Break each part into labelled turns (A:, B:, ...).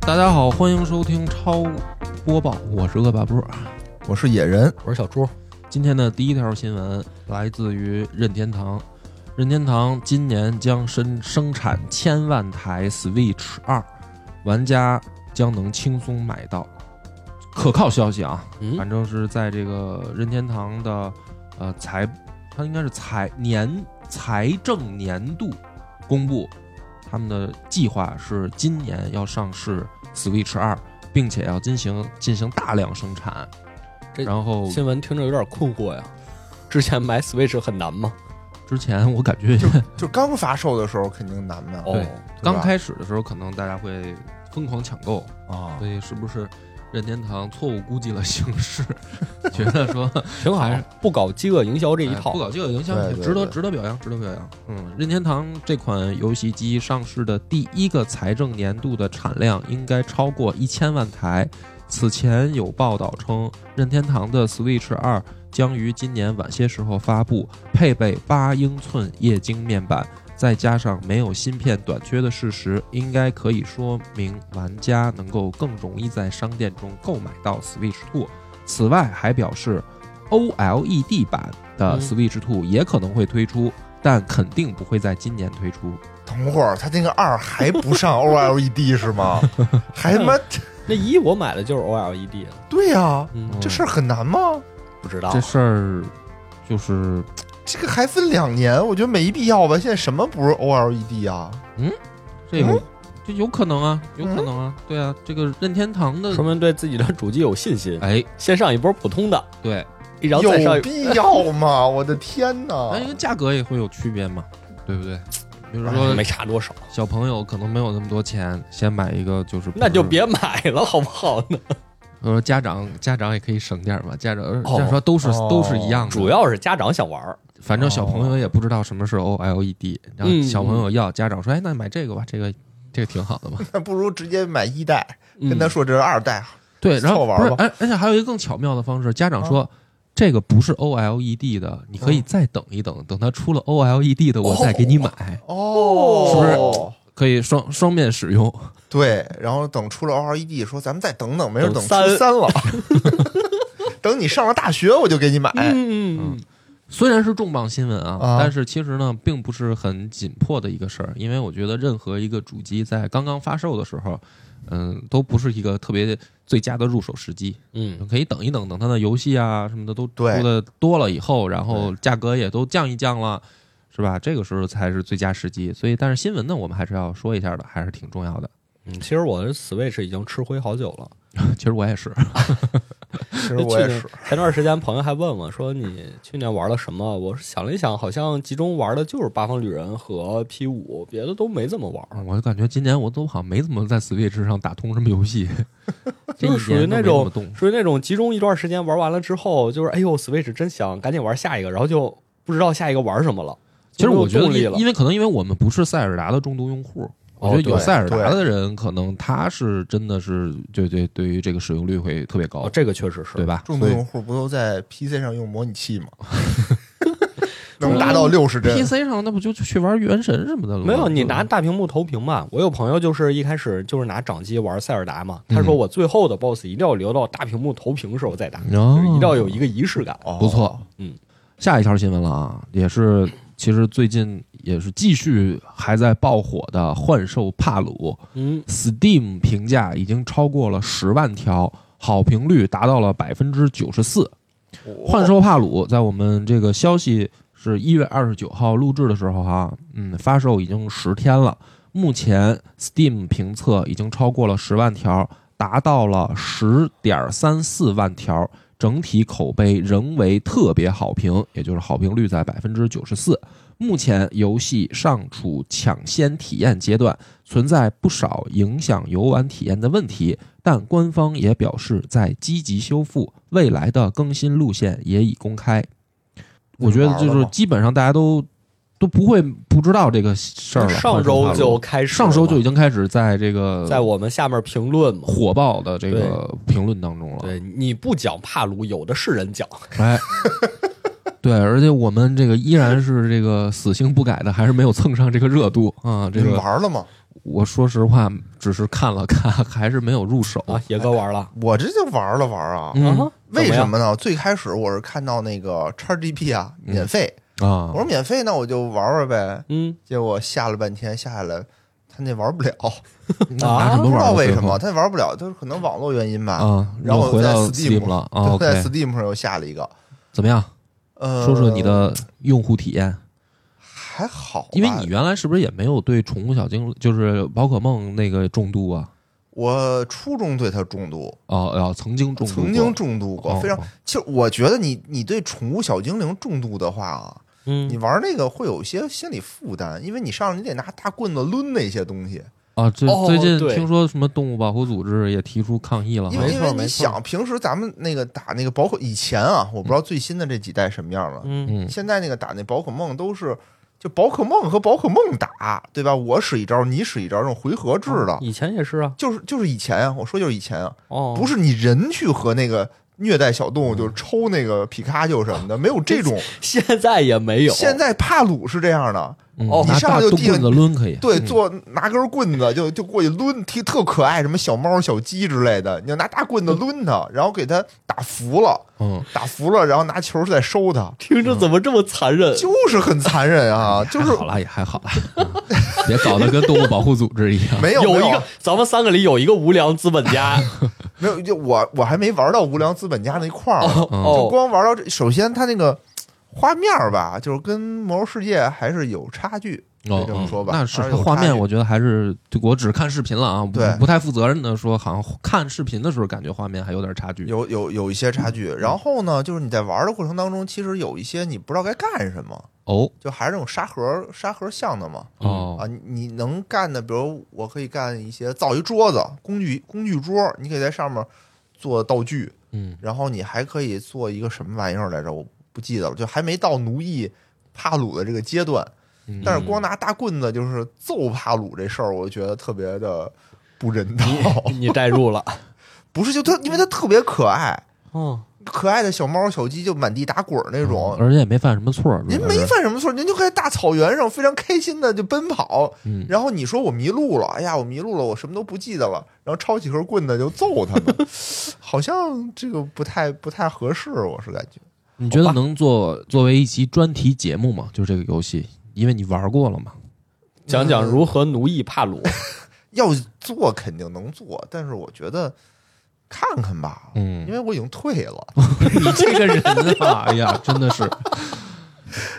A: 大家好，欢迎收听超播报，我是恶霸波。
B: 我是野人，
C: 我是小朱，
A: 今天的第一条新闻来自于任天堂，任天堂今年将生生产千万台 Switch 二，玩家将能轻松买到。可靠消息啊，
C: 嗯
A: 反正是在这个任天堂的呃财，它应该是财年财政年度公布，他们的计划是今年要上市 Switch 二，并且要进行进行大量生产。
C: 这
A: 然后
C: 新闻听着有点困惑呀。之前买 Switch 很难吗？
A: 之前我感觉
B: 就刚发售的时候肯定难的，
A: 对，
C: 哦
B: 对吧
A: 刚开始的时候，可能大家会疯狂抢购，
B: 啊
A: 所，以是不是任天堂错误估计了形 势，觉得说
C: 挺好
A: 还是，
C: 不搞饥饿营销这
A: 这
C: 一套
A: 哎不。搞这个营销
B: 对，对
A: 值得
B: 对
A: 值得表扬，值得表扬。嗯，任天堂这款游戏机上市的第一个财政年度的产量应该超过一千万台。此前有报道称，任天堂的 Switch 二将于今年晚些时候发布，配备八英寸液晶面板，再加上没有芯片短缺的事实，应该可以说明玩家能够更容易在商店中购买到 Switch Two。此外，还表示 OLED 版的
C: 嗯
A: Switch Two 也可能会推出，但肯定不会在今年推出。
B: 等会儿他那个二还不上 OLED 是 吗？还他妈
C: 那一我买的就是 OLED，
B: 对呀、
C: 嗯，
B: 这事儿很难吗？
C: 不知道
A: 这事儿就是
B: 这个还分两年，我觉得没必要吧。现在什么不是 OLED 啊？
A: 这有
B: 嗯
A: 这有可能啊，有
B: 嗯
A: 可能啊，对啊，这个任天堂的
C: 说明对自己的主机有信心。
A: 哎
C: 先上一波普通的，
A: 对，
C: 然后再上
B: 有
C: 一
B: 必要吗？ 我的天
C: 哦
A: 那
B: 哪！
A: 因为价格也会有区别嘛，对不对？比如
C: 哎
A: 说
C: 没差多少，
A: 小朋友可能没有那么多钱，先买一个就是
C: 那就别买了，好不好呢？
A: 我说家长家长也可以省点儿嘛，家长呃
C: 哦
A: 家长说都是、
B: 哦
A: 都是一样的，
C: 主要是哦家长想玩儿，
A: 反正小朋友也不知道什么是 OLED，、然 E
C: 嗯
A: 后小朋友要家长说，哎，那买这个吧，这个这个挺好 的嘛。
B: 那不如直接买一代，跟他
C: 嗯
B: 说这是二代。
A: 对，然后
B: 凑
A: 不
B: 玩
A: 是，
B: 吧
A: 而而且还有一个更巧妙的方式，家长说。
C: 哦
A: 这个不是 OLED 的，你可以再等一等，等它出了 OLED 的，我再给你买，
B: 哦，
A: 是不是？可以双双面使用。
B: 对，然后等出了 OLED，说咱们再等等，没准
C: 等
B: 出
C: 三
B: 三了。等你上了大学，我就给你买。
A: 哎
C: 嗯，
A: 虽然是重磅新闻啊，
B: 啊
A: 但是其实呢，并不是很紧迫的一个事儿，因为我觉得任何一个主机在刚刚发售的时候，嗯，都不是一个特别最佳的入手时机。
C: 嗯，
A: 可以等一等，等它的游戏啊什么的都出
B: 对
A: 的多了以后，然后价格也都降一降了，是吧？这个时候才是最佳时机。所以，但是新闻呢，我们还是要说一下的，还是挺重要的。
C: 嗯，其实我的 Switch 已经吃灰好久了。
A: 其实我也是，
B: 其实
C: 那
B: 我也
C: 去
B: 是
C: 年。前段时间朋友还问我说：“你去年玩了什么？”我想了一想，好像集中玩的就是《八方旅人》和 P 五，别的都没怎么玩。
A: 我就感觉今年我都好像没怎么在 Switch 上打通什么游戏， 这
C: 就
A: 一
C: 是属于
A: 年都没
C: 那
A: 怎么
C: 种
A: 动，
C: 属于那种集中一段时间玩完了之后，就是哎呦，Switch 真香，赶紧玩下一个，然后就不知道下一个玩什么了。
A: 其实我觉得
C: 就没有
A: 因，
C: 动力
A: 因
C: 了，
A: 为可能因为我们不是塞尔达的重度用户，我
C: 哦
A: 觉得有
B: 对
A: 塞尔达的
B: 对
A: 人，可能他是真的是对对对于这个使用率会特别高
C: 哦，，这个确实是
A: 对？吧？
B: 重度
A: 所以
B: 用户不都在 PC 上用模拟器 吗？能达
A: 嗯
B: 到六十帧
A: PC 上那不就去玩原神什么的了吗？哦
C: 没有，你
A: 对吧
C: 拿大屏幕投屏嘛。我有朋友就是一开始就是拿掌机玩塞尔达嘛，他说
A: 嗯
C: 我最后的 BOSS 一定要留到大屏幕投屏时候再打，
A: 哦
C: 就是一定要有一个仪式感。
B: 哦
A: 不错，
C: 嗯。
A: 下一条新闻了啊，也是其实最近也是继续还在爆火的幻兽帕鲁
C: 嗯，
A: ，Steam 评价已经超过了十万条，好评率达到了百分之九十四。幻兽帕鲁在我们这个消息是一月二十九号录制的时候哈、嗯，发售已经十天了，目前 Steam 评测已经超过了十万条，达到了十点三四万条，整体口碑仍为特别好评，也就是好评率在百分之九十四。目前游戏尚处抢先体验阶段，存在不少影响游玩体验的问题，但官方也表示在积极修复，未来的更新路线也已公开。我觉得就
B: 玩了
A: 是
B: 吗
A: 基本上大家都都不会不知道这个事儿了。
C: 上周就开始了
A: 上
C: 嘛，
A: 周就已经开始在这
B: 嗯
A: 个
C: 在我们下面评论嘛。
A: 火爆的这
B: 嗯
A: 个评论当中了。
C: 对，你不讲帕鲁，有的是人讲。
A: 哎，对，而且我们这个依然是这个死性不改的，还是没有蹭上这个热度啊。
B: 你
A: 这
B: 们
A: 个
B: 玩了吗？
A: 我说实话，只是看了看，还是没有入手。
C: 啊，野哥玩了，
B: 我这就玩了玩啊。
A: 嗯
C: 啊哈
B: 为什
C: 怎
B: 么呢？最开始我是看到那个叉 GP 啊，
A: 嗯
B: 免费，
A: 啊
B: 我，说免费，那我就玩玩呗。
C: 嗯，
B: 结果下了半天，下下来他那玩不了，
A: 那拿什
B: 不
A: 么
B: 知
A: 玩
B: 道
A: 儿的
B: 为
A: 最
B: 什
A: 后
B: 么他玩不了，就是可能网络原因吧。
A: 啊？
B: 然后
A: 又回
B: 我在
A: 到
B: Steam
A: Steam 了啊
B: 就在
A: ，OK，
B: Steam 上又下了一个，
A: 怎么样？
B: 呃，
A: 说说你的用户体验，
B: 还好吧，
A: 因为你原来是不是也没有对宠物小精灵，就是宝可梦那个中毒啊？
B: 我初中对它中毒，
A: 哦哦，曾经中毒过，
B: 曾经中毒过，
A: 哦
B: 非常。
A: 哦
B: 其实我觉得你你对宠物小精灵中毒的话啊，
C: 嗯
B: 你玩那个会有一些心理负担，因为你上来你得拿大棍子抡那些东西，
A: 啊！最
C: 哦
A: 最近
C: 对
A: 听说什么动物保护组织也提出抗议了
B: 因
A: 哈
B: 为
C: 没
B: 因
C: 错
B: 为
C: 没
B: 你
C: 错
B: 想平时咱们那个打那个宝可以前啊，我不知道最新的这几代什么样了，
C: 嗯
A: 嗯
B: 现在那个打那宝可梦都是。就宝可梦和宝可梦打，对吧？我使一招，你使一招，这种回合制的，
C: 以前也是啊，
B: 就是就是以前啊，我说就是以前啊，
C: 哦，
B: 不
C: 是
B: 是你人去和那个虐待小动物，就是抽那个皮卡丘什么的，没有这种。
C: 现在也没有，
B: 现在帕鲁是这样的，
A: 嗯
C: 哦
A: 拿
B: 你上
A: 大
B: 来就
A: 棍
B: 递了
A: 子抡可以，
B: 对，
A: 嗯
B: 做拿根棍子就就过去抡，踢特可爱，什么小猫、小鸡之类的，你就拿大棍子抡它，然后给它打服了，
A: 嗯，
B: 打服了，然后拿球再收它，
C: 听着怎么这么残忍？
B: 就是很残忍啊，就
A: 还
B: 是
A: 好啦，也还好啦，嗯别搞得跟动物保护组织一样。
B: 没有
C: 有
B: 没
C: 一
B: 有
C: 个，咱们三个里有一个无良资本 家
B: 没有，就我我还没玩到无良资本家那块 儿呢，就
C: 哦，
B: 光玩到这，首先它那个画面儿吧，就是跟《魔兽世界》还是有差距，
A: 哦
B: 可以这么说吧。
A: 那
B: 还
A: 是
B: 有差距
A: 画面，我觉得还是就我只看视频了啊，不
B: 对
A: 不太负责任的说，好像看视频的时候感觉画面还有点差距。
B: 有有有一些差距。然后呢，就是你在玩的过程当中，其实有一些你不知道该干什么，
A: 哦
B: 就还是那种沙盒沙盒像的嘛。
A: 哦
B: 啊，你你能干的，比如我可以干一些造一桌子工具工具桌，你可以在上面做道具，
A: 嗯
B: 然后你还可以做一个什么玩意儿来着？我不记得了，就还没到奴役帕鲁的这个阶段。
A: 嗯
B: 但是光拿大棍子就是揍帕鲁这事儿，我觉得特别的不人道。
C: 你带入了，
B: 不是，就他，因为他特别可爱，嗯
C: 哦，
B: 可爱的小猫小鸡就满地打滚儿那种。
A: 嗯而且也没犯什么错，主要
B: 您
A: 是
B: 没犯什么错，您就在大草原上非常开心的就奔跑。
A: 嗯
B: 然后你说我迷路了，哎呀，我迷路了，我什么都不记得了。然后抄起根棍子就揍他们， 好像这个不太不太合适，我是感觉。
A: 你觉得
C: 好吧
A: 能做作为一期专题节目吗？就这个游戏，因为你玩过了嘛。
C: 讲讲如何奴役帕鲁，
B: 要做肯定能做，但是我觉得看看吧，
A: 嗯
B: 因，为我已经退了。
A: 你这个人啊，哎呀，真的是，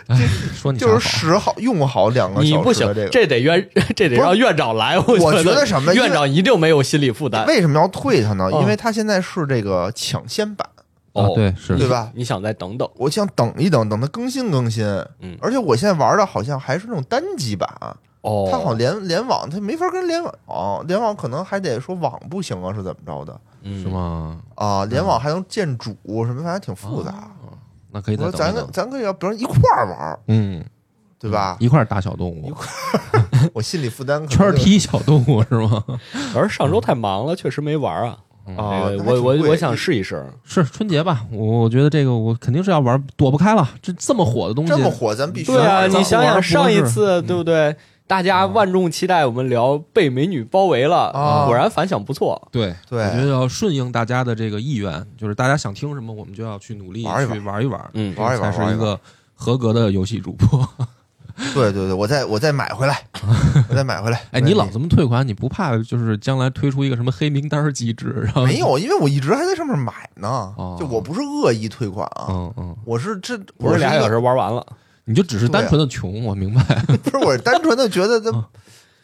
A: 哎，说你啥
B: 就是
A: 好
B: 使好用好两个
C: 你
B: 小
C: 不
B: 时
C: 行
B: 的，这个。
C: 这得院， 这得
B: 不
C: 让
B: 是
C: 院长来。我
B: 我
C: 觉
B: 觉得什么因为
C: 院长一定没有心理负担。
B: 为什么要退它呢？
C: 嗯
B: 因为它现在是这个抢先版，
A: 啊
C: 哦，？
A: 对，是
B: 对吧？
C: 你想再等等，
B: 我想等一等，等它更新更新。
C: 嗯
B: 而且我现在玩的好像还是那种单机版，
C: 哦
B: 它好像联联网，它没法跟联网，哦联网可能还得说网不行啊，是怎么着的
C: 嗯
A: 是吗？
B: 啊？联网还能建主什么，反正挺复杂
A: 啊。
C: 哦
A: 那可以再
B: 我说
A: 等
B: 咱
A: 一等
B: 跟。咱可以要，比如一块儿玩儿，
A: 嗯，
B: 对吧？
A: 一块儿打小动
B: 啊
A: 物，
C: 嗯
B: 我心理负担可
A: 圈儿
B: 能就
A: 踢小动物是 吗？
C: 而上周太忙了，确实没玩啊。
B: 啊
C: 这个
B: 那还
C: 我
B: 挺
C: 我
B: 贵
C: 我想试一试。
A: 是春节吧？我我觉得这个我肯定是要玩，躲不开了。这这么火的东西，
B: 这么火，咱必须
C: 对啊，
B: 玩儿
C: 你想想上一次，对不对？大家万众期待我们聊被美女包围了
B: 啊，
C: 果然反响不错。
A: 对
B: 对
A: 我觉得要顺应大家的这个意愿，就是大家想听什么，我们就要去努力
B: 玩一玩
A: 去玩一玩，
C: 嗯
B: 玩一玩
A: 才
B: 玩
A: 是一
B: 一玩
A: 个合格的游戏主播。
B: 对对对，我再我再买回 来，我再买回来。
A: 哎，你
B: 没问
A: 老
B: 题
A: 这么退款，你不怕就是将来推出一个什么黑名单机制？然后
B: 没，有，啊因为我一直还在上面买呢
A: 哦。
B: 就我不是恶意退款啊，
A: 嗯嗯，
B: 我是这
C: 哦不
B: 我
C: 是俩
B: 一个
C: 小时，玩完了，
A: 你就只是单纯的穷，我明白。
B: 不是我是单纯的觉得
A: 嗯
B: 它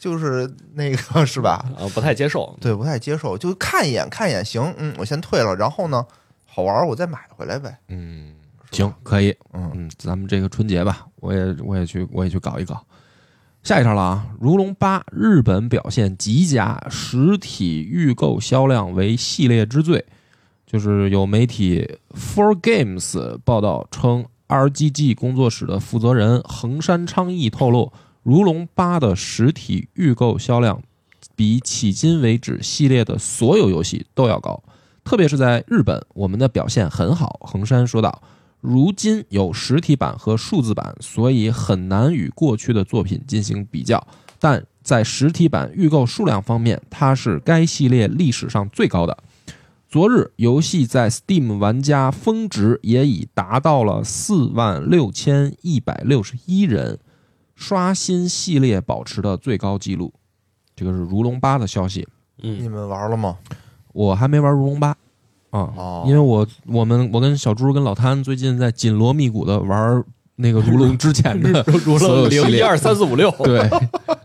B: 就是那个是吧？
C: 啊，不太接受。
B: 对，不太接受，就看一眼看一眼，行，嗯，我先退了，然后呢，好玩儿我再买回来呗。
A: 嗯，行，可以，
B: 嗯，
A: 嗯，咱们这个春节吧，我也我也去我也去搞一搞。下一条了啊，《如龙八》日本表现极佳，实体预购销量为系列之最。就是有媒体 Four Games 报道称，RGG 工作室的负责人横山昌义透露，《如龙八》的实体预购销量比迄今为止系列的所有游戏都要高，特别是在日本，我们的表现很好。横山说道。《如今有实体版和数字版，所以很难与过去的作品进行比较。但在实体版预购数量方面，它是该系列历史上最高的。昨日，游戏在 Steam 玩家峰值也已达到了四万六千一百六十一人，刷新系列保持的最高纪录。这个是《如龙八》的消息，
C: 嗯
B: 你们玩了吗？
A: 我还没玩《如龙八》啊，
B: 哦
A: 因为我我们我跟小猪跟老谭最近在紧锣密鼓的玩那个《如龙》之前的
C: 如
A: 所
C: 了
A: 有系
C: 零一
A: 列
C: 二三四五六，
A: 对，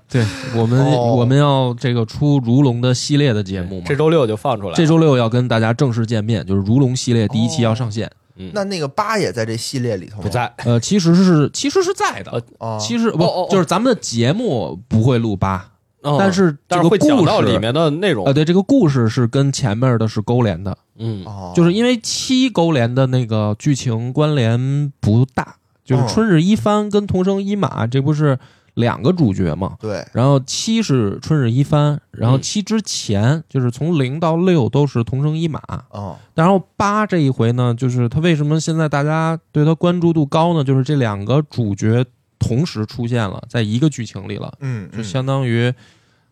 A: 对，我们、
B: 哦
A: 我们要这个出如龙的系列的节目嘛。
C: 这周六就放出来了。
A: 这周六要跟大家正式见面，就是如龙系列第一期要上线。
C: 嗯
B: 那那个八也在这系列里头吗？
C: 不在，
A: 呃，其实是其实是在的，
C: 呃
B: 啊，
A: 其实不、
C: 哦哦哦
A: 就是咱们的节目不会录八、
C: 嗯
A: 但是这
C: 但
A: 个
C: 是会
A: 故
C: 讲到
A: 事
C: 里面的内容
A: 呃，。对，这个故事是跟前面的是勾连的，
C: 嗯，
B: 哦
A: 就是因为七勾连的那个剧情关联不大，就是
B: 哦
A: 春日一番跟桐生一马，这不是两个主角嘛？
B: 对
A: 然后七是春日一番，然后
B: 嗯
A: 七之前、就是从零到六都是同生一马，
B: 啊
A: 然后八这一回呢，就是他为什么现在大家对他关注度高呢？就是这两个主角同时出现了，在一个剧情里了，
B: 嗯，
A: 就
B: 嗯
A: 相当于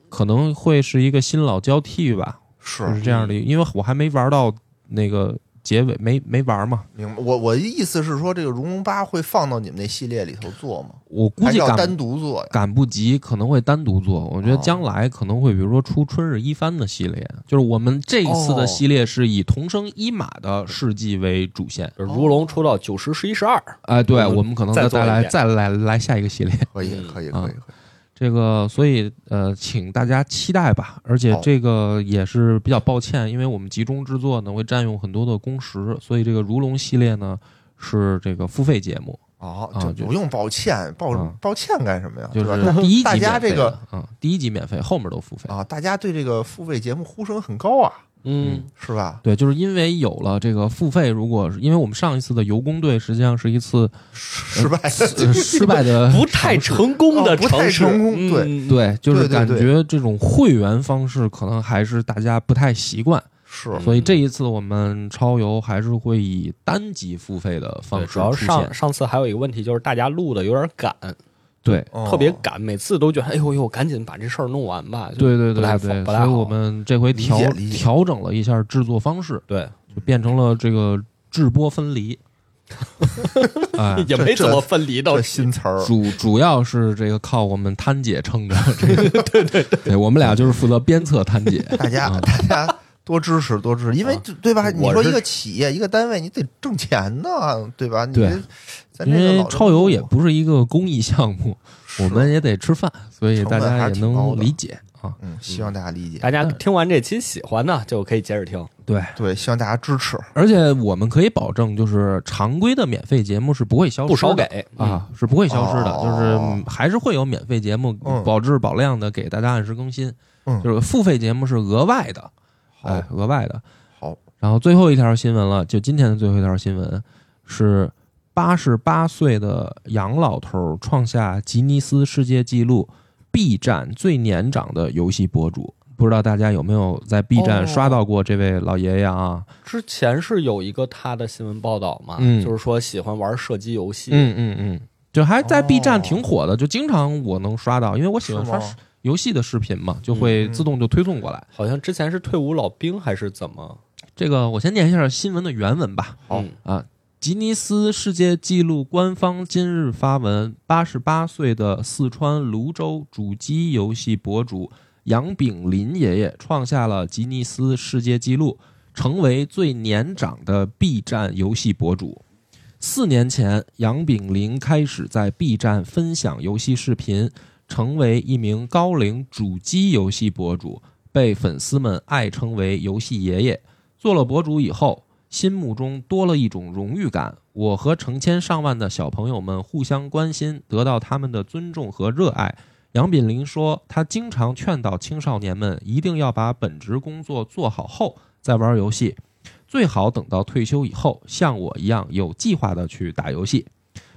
A: 可能会是一个新老交替吧，
B: 是
A: 就是这样的。因为我还没玩到那个结尾，没没玩嘛，
B: 明白。我我的意思是说，这个《如龙八》会放到你们那系列里头做吗？
A: 我估
B: 还是
A: 计
B: 要
A: 赶
B: 单独做呀？
A: 赶不及，可能会单独做。我觉得
B: 哦
A: 将来可能会，比如说出春日一番的系列，就是我们这一
B: 哦
A: 次的系列是以童生一马的事迹为主线。
C: 就是如龙出到九十、十一、十二，
A: 哎，对，
C: 我们
A: 我们可能
C: 再
A: 再
C: 做一
A: 来
C: 遍
A: 再来来下一个系列。
B: 可以，可以，可
A: 啊
B: 以，可以。
A: 这个，所以呃，请大家期待吧。而且
B: 好
A: 这个也是比较抱歉，因为我们集中制作呢，会占用很多的工时，所以这个如龙系列呢是这个付费节目，
B: 哦
A: 啊，
B: 这
A: 就
B: 不用抱歉，抱
A: 啊
B: 抱歉干什么呀？
A: 就
B: 对吧？
A: 是第一集
B: 大家
A: 免费
B: 这个
A: 的嗯，第一集免费，后面都付费。
B: 啊，大家对这个付费节目呼声很高啊，
C: 嗯，
B: 是吧？
A: 对，就是因为有了这个付费，如果是因为我们上一次的游工队实际上是一次
B: 失败
A: 呃失败的
C: 嗯不太
A: 尝试
C: 成功的
B: 哦不太
C: 尝试
B: 成功对，
C: 嗯
A: 对，就是
B: 对对
A: 感
B: 对
A: 觉这种会员方式可能还是大家不太习惯，
B: 是
A: 所以这一次我们超游还是会以单集付费的方
C: 对，
A: 式
C: 主要
A: 出
C: 是上
A: 现。
C: 上次还有一个问题，就是大家录的有点赶，
A: 对，
B: 哦
C: 特别赶，每次都觉得哎呦呦，赶紧把这事儿弄完吧。就
A: 对对
C: 不
A: 对
C: 太
A: 对
C: 好
A: 对，
C: 不太
A: 所以
C: 好
A: 我们这回
B: 理
A: 调
B: 解理解
A: 调整了一下制作方式，
C: 对，
A: 就变成了这个制播分 离。哎，
C: 也没
B: 这
C: 怎么分离到
B: 这新词儿，
A: 主主要是这个靠我们摊姐 撑着，这个对对对，我们俩就是负责鞭策摊姐。
B: 大家
A: 嗯
B: 大家多支持多支持，因为这对吧？你
C: 我
B: 说
C: 是
B: 一个企业一个单位，你得挣钱呢，对吧？你
A: 对
B: 这咱
A: 因
B: 这个
A: 为
B: 老
A: 超游也不是一个公益项目，
B: 是
A: 我们也得吃饭，所以大
B: 成本
A: 家
B: 还
A: 也
B: 是挺高
A: 能
B: 的
A: 理解啊。
B: 嗯，希望大家理解，
C: 大家听完这期喜欢呢，就可以接着听。
A: 对，
B: 对，希望大家支持。
A: 而且我们可以保证，就是常规的免费节目是不会消失的，
C: 不少给嗯
A: 啊，是不会消失的，
B: 哦
A: 就是嗯还是会有免费节目
B: 嗯
A: 保质保量的给大家按时更新，
B: 嗯
A: 就是付费节目是额外的，
B: 好
A: 哎，额外的。
B: 好，
A: 然后最后一条新闻了，就今天的最后一条新闻是八十八岁的杨老头儿创下吉尼斯世界纪录，B 站最年长的游戏博主。不知道大家有没有在 B 站
C: 哦
A: 刷到过这位老爷爷啊？
C: 之前是有一个他的新闻报道嘛，
A: 嗯
C: 就是说喜欢玩射击游戏，
A: 嗯嗯嗯，就还在
B: 哦
A: B 站挺火的，就经常我能刷到，因为我喜
B: 是
A: 欢
B: 吗
A: 刷？游戏的视频嘛，就会
B: 嗯
A: 自动就推送过来。
C: 好像之前是退伍老兵还是怎么？
A: 这个我先念一下新闻的原文吧。
B: 好
C: 嗯
A: 啊，吉尼斯世界纪录官方今日发文，八十八岁的四川泸州主机游戏博主杨炳林爷爷创下了吉尼斯世界纪录，成为最年长的 B 站游戏博主。四年前，杨炳林开始在 B 站分享游戏视频，成为一名高龄主机游戏博主，被粉丝们爱称为“游戏爷爷”。做了博主以后，心目中多了一种荣誉感。我和成千上万的小朋友们互相关心，得到他们的尊重和热爱。杨炳林说，他经常劝导青少年们一定要把本职工作做好后再玩游戏，最好等到退休以后，像我一样有计划的去打游戏。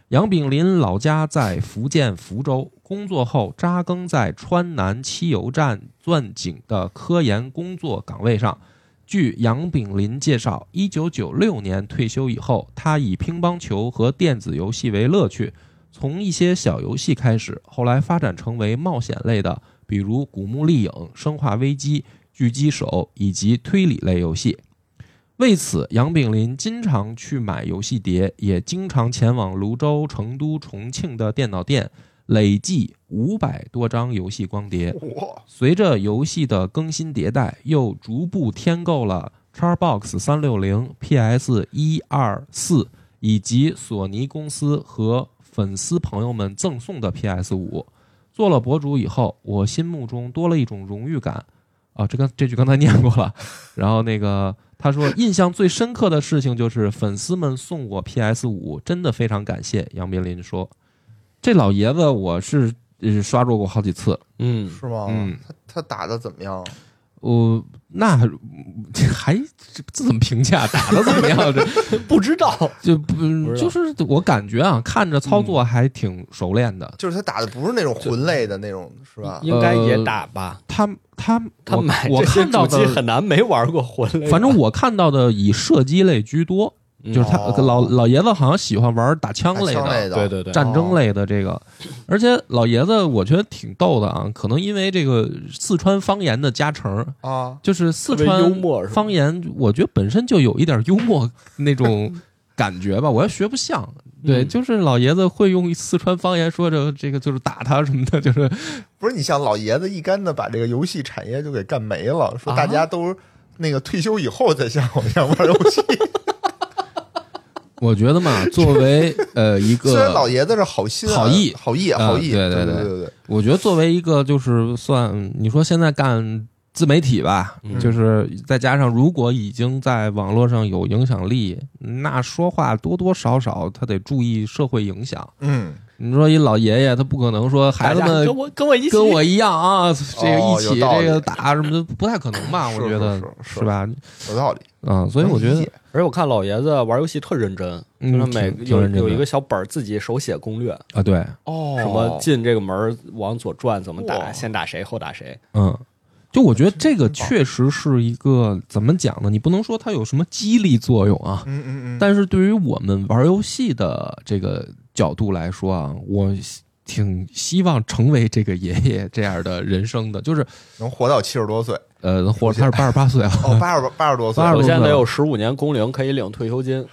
A: 杨炳林老家在福建福州，工作后扎根在川南汽油站钻井的科研工作岗位上。据杨炳林介绍，一九九六年退休以后，他以乒乓球和电子游戏为乐趣，从一些小游戏开始，后来发展成为冒险类的，比如《古墓丽影》《生化危机》《狙击手》以及推理类游戏。为此，杨炳林经常去买游戏碟，也经常前往泸州、成都、重庆的电脑店，累计五百多张游戏光碟。
B: 哇，
A: 随着游戏的更新迭代，又逐步添购了 Xbox 三六零、PS 一二四以及索尼公司和粉丝朋友们赠送的 PS 五。做了博主以后，我心目中多了一种荣誉感。啊，这刚这句刚才念过了。 然后那个他说，印象最深刻的事情就是粉丝们送我 PS 五，真的非常感谢。杨斌林说，这老爷子我是呃刷着过好几次，
C: 嗯，
B: 是吗？
A: 嗯
B: 他他打的怎么样？
A: 我、呃那 嗯还这这怎么评价打的怎么样？这
C: 不知道，
A: 就不
C: 不知
A: 就
C: 道
A: 是我感觉啊，看着操
B: 嗯
A: 作还挺熟练的。
B: 就是他打的不是那种魂类的那种，是吧？
C: 应该也打吧。
A: 他他
C: 他
A: 我
C: 买
A: 呃我
C: 这些
A: 看到
C: 主机
A: 的，
C: 很难没玩过魂类的，
A: 反正我看到的以射击类居多，
C: 嗯
A: 就是他、
B: 哦
A: 老老爷子好像喜欢玩打枪
B: 打
A: 类的。
B: 枪类的，哦
C: 对对对，
A: 战争类的这个，而且老爷子我觉得挺逗的啊，可能因为这个四川方言的加成，
B: 啊，
A: 就是四
C: 特别
A: 川
C: 幽默是吧
A: 方言，我觉得本身就有一点幽默那种感觉吧，我要学不像。对，
C: 嗯
A: 就是老爷子会用四川方言说着这个，就是打他什么的，就是
B: 不是你像老爷子一竿子把这个游戏产业就给干没了，说大
A: 啊
B: 家都那个退休以后再像我一样玩游 戏。
A: 我觉得嘛，作为呃一
B: 虽然老
A: 个，
B: 爷子是好心啊、
A: 好意
B: 好意、
A: 嗯
B: 好意，
A: 对对
B: 对
A: 对
B: 对对，
A: 我觉得作为一个就是算你说现在干自媒体吧，
C: 嗯
A: 就是再加上如果已经在网络上有影响力，那说话多多少少他得注意社会影响。
B: 嗯，
A: 你说一老爷爷，他不可能说孩
C: 大
A: 子
C: 家
A: 们
C: 跟我跟我一起，哦
A: 跟我一样啊，这个一
B: 有
A: 起
B: 道
A: 这
B: 理
A: 个打什么的不太可能吧？
B: 是
A: 我觉得
B: 是是
A: 是吧？
B: 有道理。
A: 啊，所以我觉
B: 能理
A: 得
B: 解
C: 而且我看老爷子玩游戏特认真，
A: 嗯
C: 就是每
A: 挺挺
C: 有
A: 认真的
C: 有一个小本儿自己手写攻略，
A: 啊，对，
B: 哦，
C: 什么进这个门儿往左转怎么打，
B: 哇
C: 先打谁后打谁，
A: 嗯，就我觉得这个
B: 真棒
A: 确实是一个怎么讲呢？你不能说它有什么激励作用啊，
B: 嗯嗯嗯，
A: 但是对于我们玩游戏的这个角度来说啊，我挺希望成为这个爷爷这样的人生的，就是
B: 能活到七十多岁，
A: 呃，或者他是八十八岁啊，
B: 哦，八十八十多岁，
A: 82
C: 首
A: 岁
C: 先得有十五年工龄可以领退休金，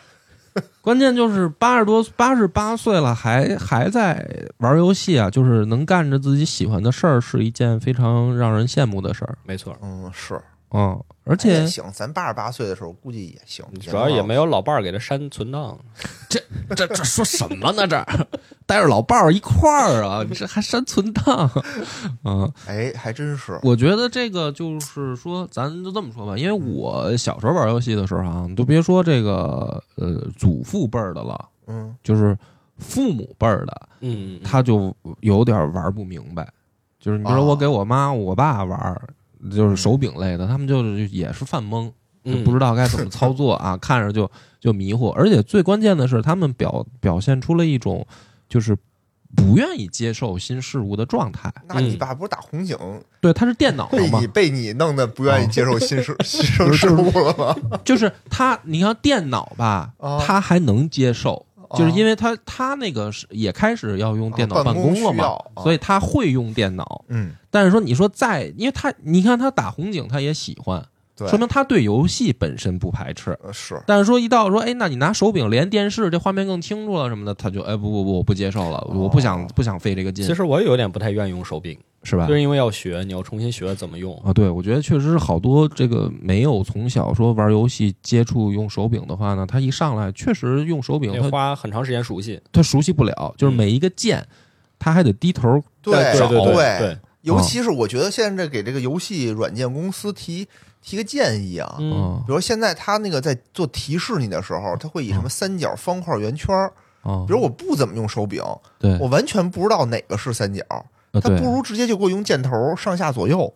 A: 关键就是八十多、八十八岁了，还还在玩游戏啊，就是能干着自己喜欢的事儿，是一件非常让人羡慕的事儿。
C: 没错。
B: 嗯，是，
A: 嗯，而
B: 也
A: 且
B: 行，咱八十八岁的时候估计也行，
C: 主要也
B: 能
C: 没有老伴儿给他删存档，
A: 这这说什么呢？这带着老伴儿一块儿啊，你这还删存档？嗯，
B: 哎，还真是，
A: 我觉得这个就是说，咱就这么说吧，因为我小时候玩游戏的时候啊，你都别说这个呃祖父辈儿的了，
B: 嗯，
A: 就是父母辈儿的，
C: 嗯，
A: 他就有点玩不明白。就是你比如
B: 哦
A: 说我给我妈、我爸玩儿，就是手柄类的，他们就是也是犯懵，就
C: 嗯
A: 不知道该 怎么操作啊，看着就就迷糊。而且最关键的是，他们表表现出了一种就是不愿意接受新事物的状态。
B: 那你
C: 嗯
B: 爸不是打红警，
A: 对，他是电脑
B: 被
A: 嘛
B: 你，被你弄得不愿意接受新生
A: 哦
B: 新生事物了吗？
A: 就是他，你看电脑吧
B: 哦，
A: 他还能接受，就是因
B: 为
A: 为他他那个是也开始要用电
B: 啊
A: 脑哦办
B: 办公
A: 公了
B: 需
A: 嘛
B: 要，啊
A: 所以他会用电脑。
B: 嗯，
A: 但是说你说在，因为他你看他打红警他也喜欢，
B: 对，
A: 说明他对游戏本身不排斥。
B: 呃是
A: 但是说一到说，哎，那你拿手柄连电视，这画面更清楚了什么的，他就哎不不不，我不接受了，
B: 哦
A: 我不想不想费这个劲
C: 其，实我有点不太愿意用手柄，
A: 是吧
C: 就？是因为要学，你要重新学怎么用。
A: 啊，对，我觉得确实是好多这个没有从小说玩游戏接触用手柄的话呢，他一上来确实用手柄，
C: 得
A: 他
C: 花很长时间熟悉，
A: 他熟悉不了，就是
B: 嗯
A: 每一个键，他还得低头
B: 对
C: 对对
B: 对
C: 对，
A: 嗯
B: 尤其是我觉得现在给这个游戏软件公司提提个建议啊，
C: 嗯，
A: 啊
B: 比如现在他那个在做提示你的时候，他会以什
A: 嗯
B: 么三角、方块、圆圈儿，
A: 啊
B: 比，如我不怎么用手柄，
A: 对，
B: 我完全不知道哪个是三角，
A: 啊
B: 哦他
A: 对
B: 不如直接就给我用箭头上下左右，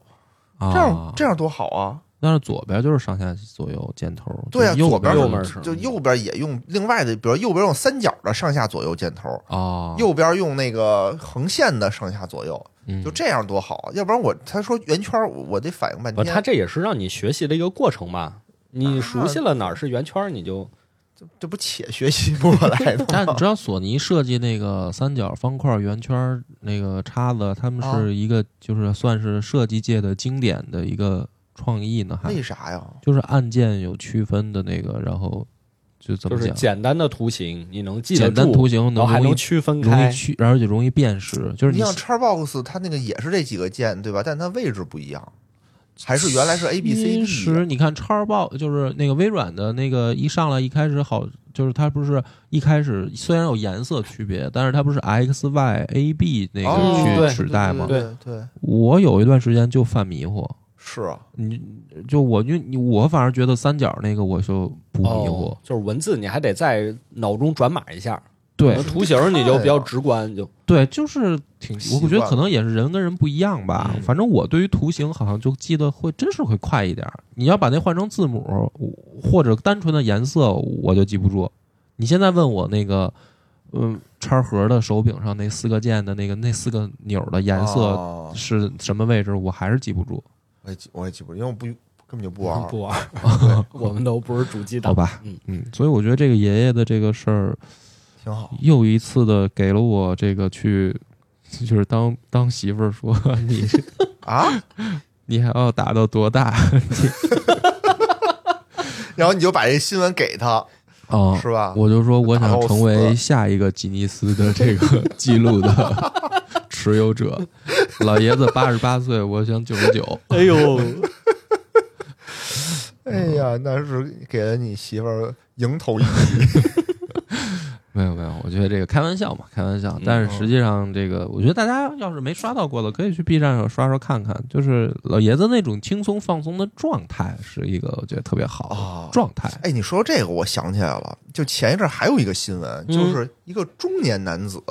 B: 这
A: 啊
B: 样这样多好啊！
A: 但是左边就是上下左右箭头，
B: 对啊，
A: 就是
B: 左
A: 边
B: 边
A: 是
C: 右门
B: 就
C: 是
B: 就右边也用另外的，比如右边用三角的上下左右箭头，
A: 啊，
B: 右边用那个横线的上下左右，
A: 嗯
B: 就这样多好啊。要不然我他说圆圈儿，我我得反应半
C: 不，
A: 哦
B: 天。
C: 他这也是让你学习的一个过程吧？你熟悉了哪儿是圆圈儿，你就
A: 啊
B: 这这不且学习不过来的
A: 但你
B: 吗？
A: 知道索尼设计那个三角、方块、圆圈儿那个叉子，他
C: 哦
A: 们
B: 啊
A: 是一个就是算是设计界的经典的一个创意呢，还
B: 为啥呀？
A: 就是按键有区分的那个，然后就怎
C: 就
A: 么
C: 是
A: 讲，
C: 简单的图形，你能记得
A: 简单
C: 住
A: 图，形
C: 然后还
A: 容
C: 能
A: 易
C: 区分
A: 容易
C: 开。
A: 区，而且容易辨识，就是你
B: 你像 Xbox，它那个也是这几个键对吧？但它位置不一样，还是原来是 A B C
A: 其
B: D 啊
A: 实你看叉 box 就是那个微软的那个一上来一开始好，就是它不是一开始虽然有颜色区别，但是它不是 X Y A B 那
B: 哦
A: 个
C: 对
A: 去取代吗？
B: 对对对，
A: 我有一段时间就犯迷糊，
B: 是啊，
A: 你就我因为你我反而觉得三角那个我就不迷糊，
C: 哦，就是文字，你还得在脑中转码一下。
A: 对
C: 可能图形你就
B: 哎
C: 比较直观，就
A: 对，就是挺
B: 习，惯
A: 我觉得可能也是人跟人不一样吧。
C: 嗯
A: 反正我对于图形好像就记得会，真是会快一点儿。你要把那换成字母我或者单纯的颜色，我就记不住。你现在问我那个，嗯，叉盒的手柄上那四个键的那个那四个钮的颜色
B: 哦
A: 是什么位置，我还是记不住。
B: 我也记我也记不住，因为我不根本就不玩儿。
C: 不玩儿， 我们都不是主机
A: 好
C: 党。
A: 吧，
C: 嗯
A: 嗯，所以我觉得这个爷爷的这个事儿，
B: 挺好，
A: 又一次的给了我这个去，就是当当媳妇儿说 你
B: 啊，
A: 你还要打到多大？
B: 然后你就把这新闻给他，
A: 啊、
B: 是吧？
A: 我就说我想成为下一个吉尼斯的这个记录的持有者。老爷子八十八岁，我想九十九。
C: 哎呦，
B: 哎呀，那是给了你媳妇儿迎头一
A: 没有没有，我觉得这个开玩笑嘛，开玩笑。但是实际上，这个我觉得大家要是没刷到过的，可以去 B 站上刷刷看看。就是老爷子那种轻松放松的状态，是一个我觉得特别好的
B: 啊
A: 状态。
B: 哎，你说这个，我想起来了，就前一阵儿还有一个新闻，
C: 嗯
B: 就是一个中年男子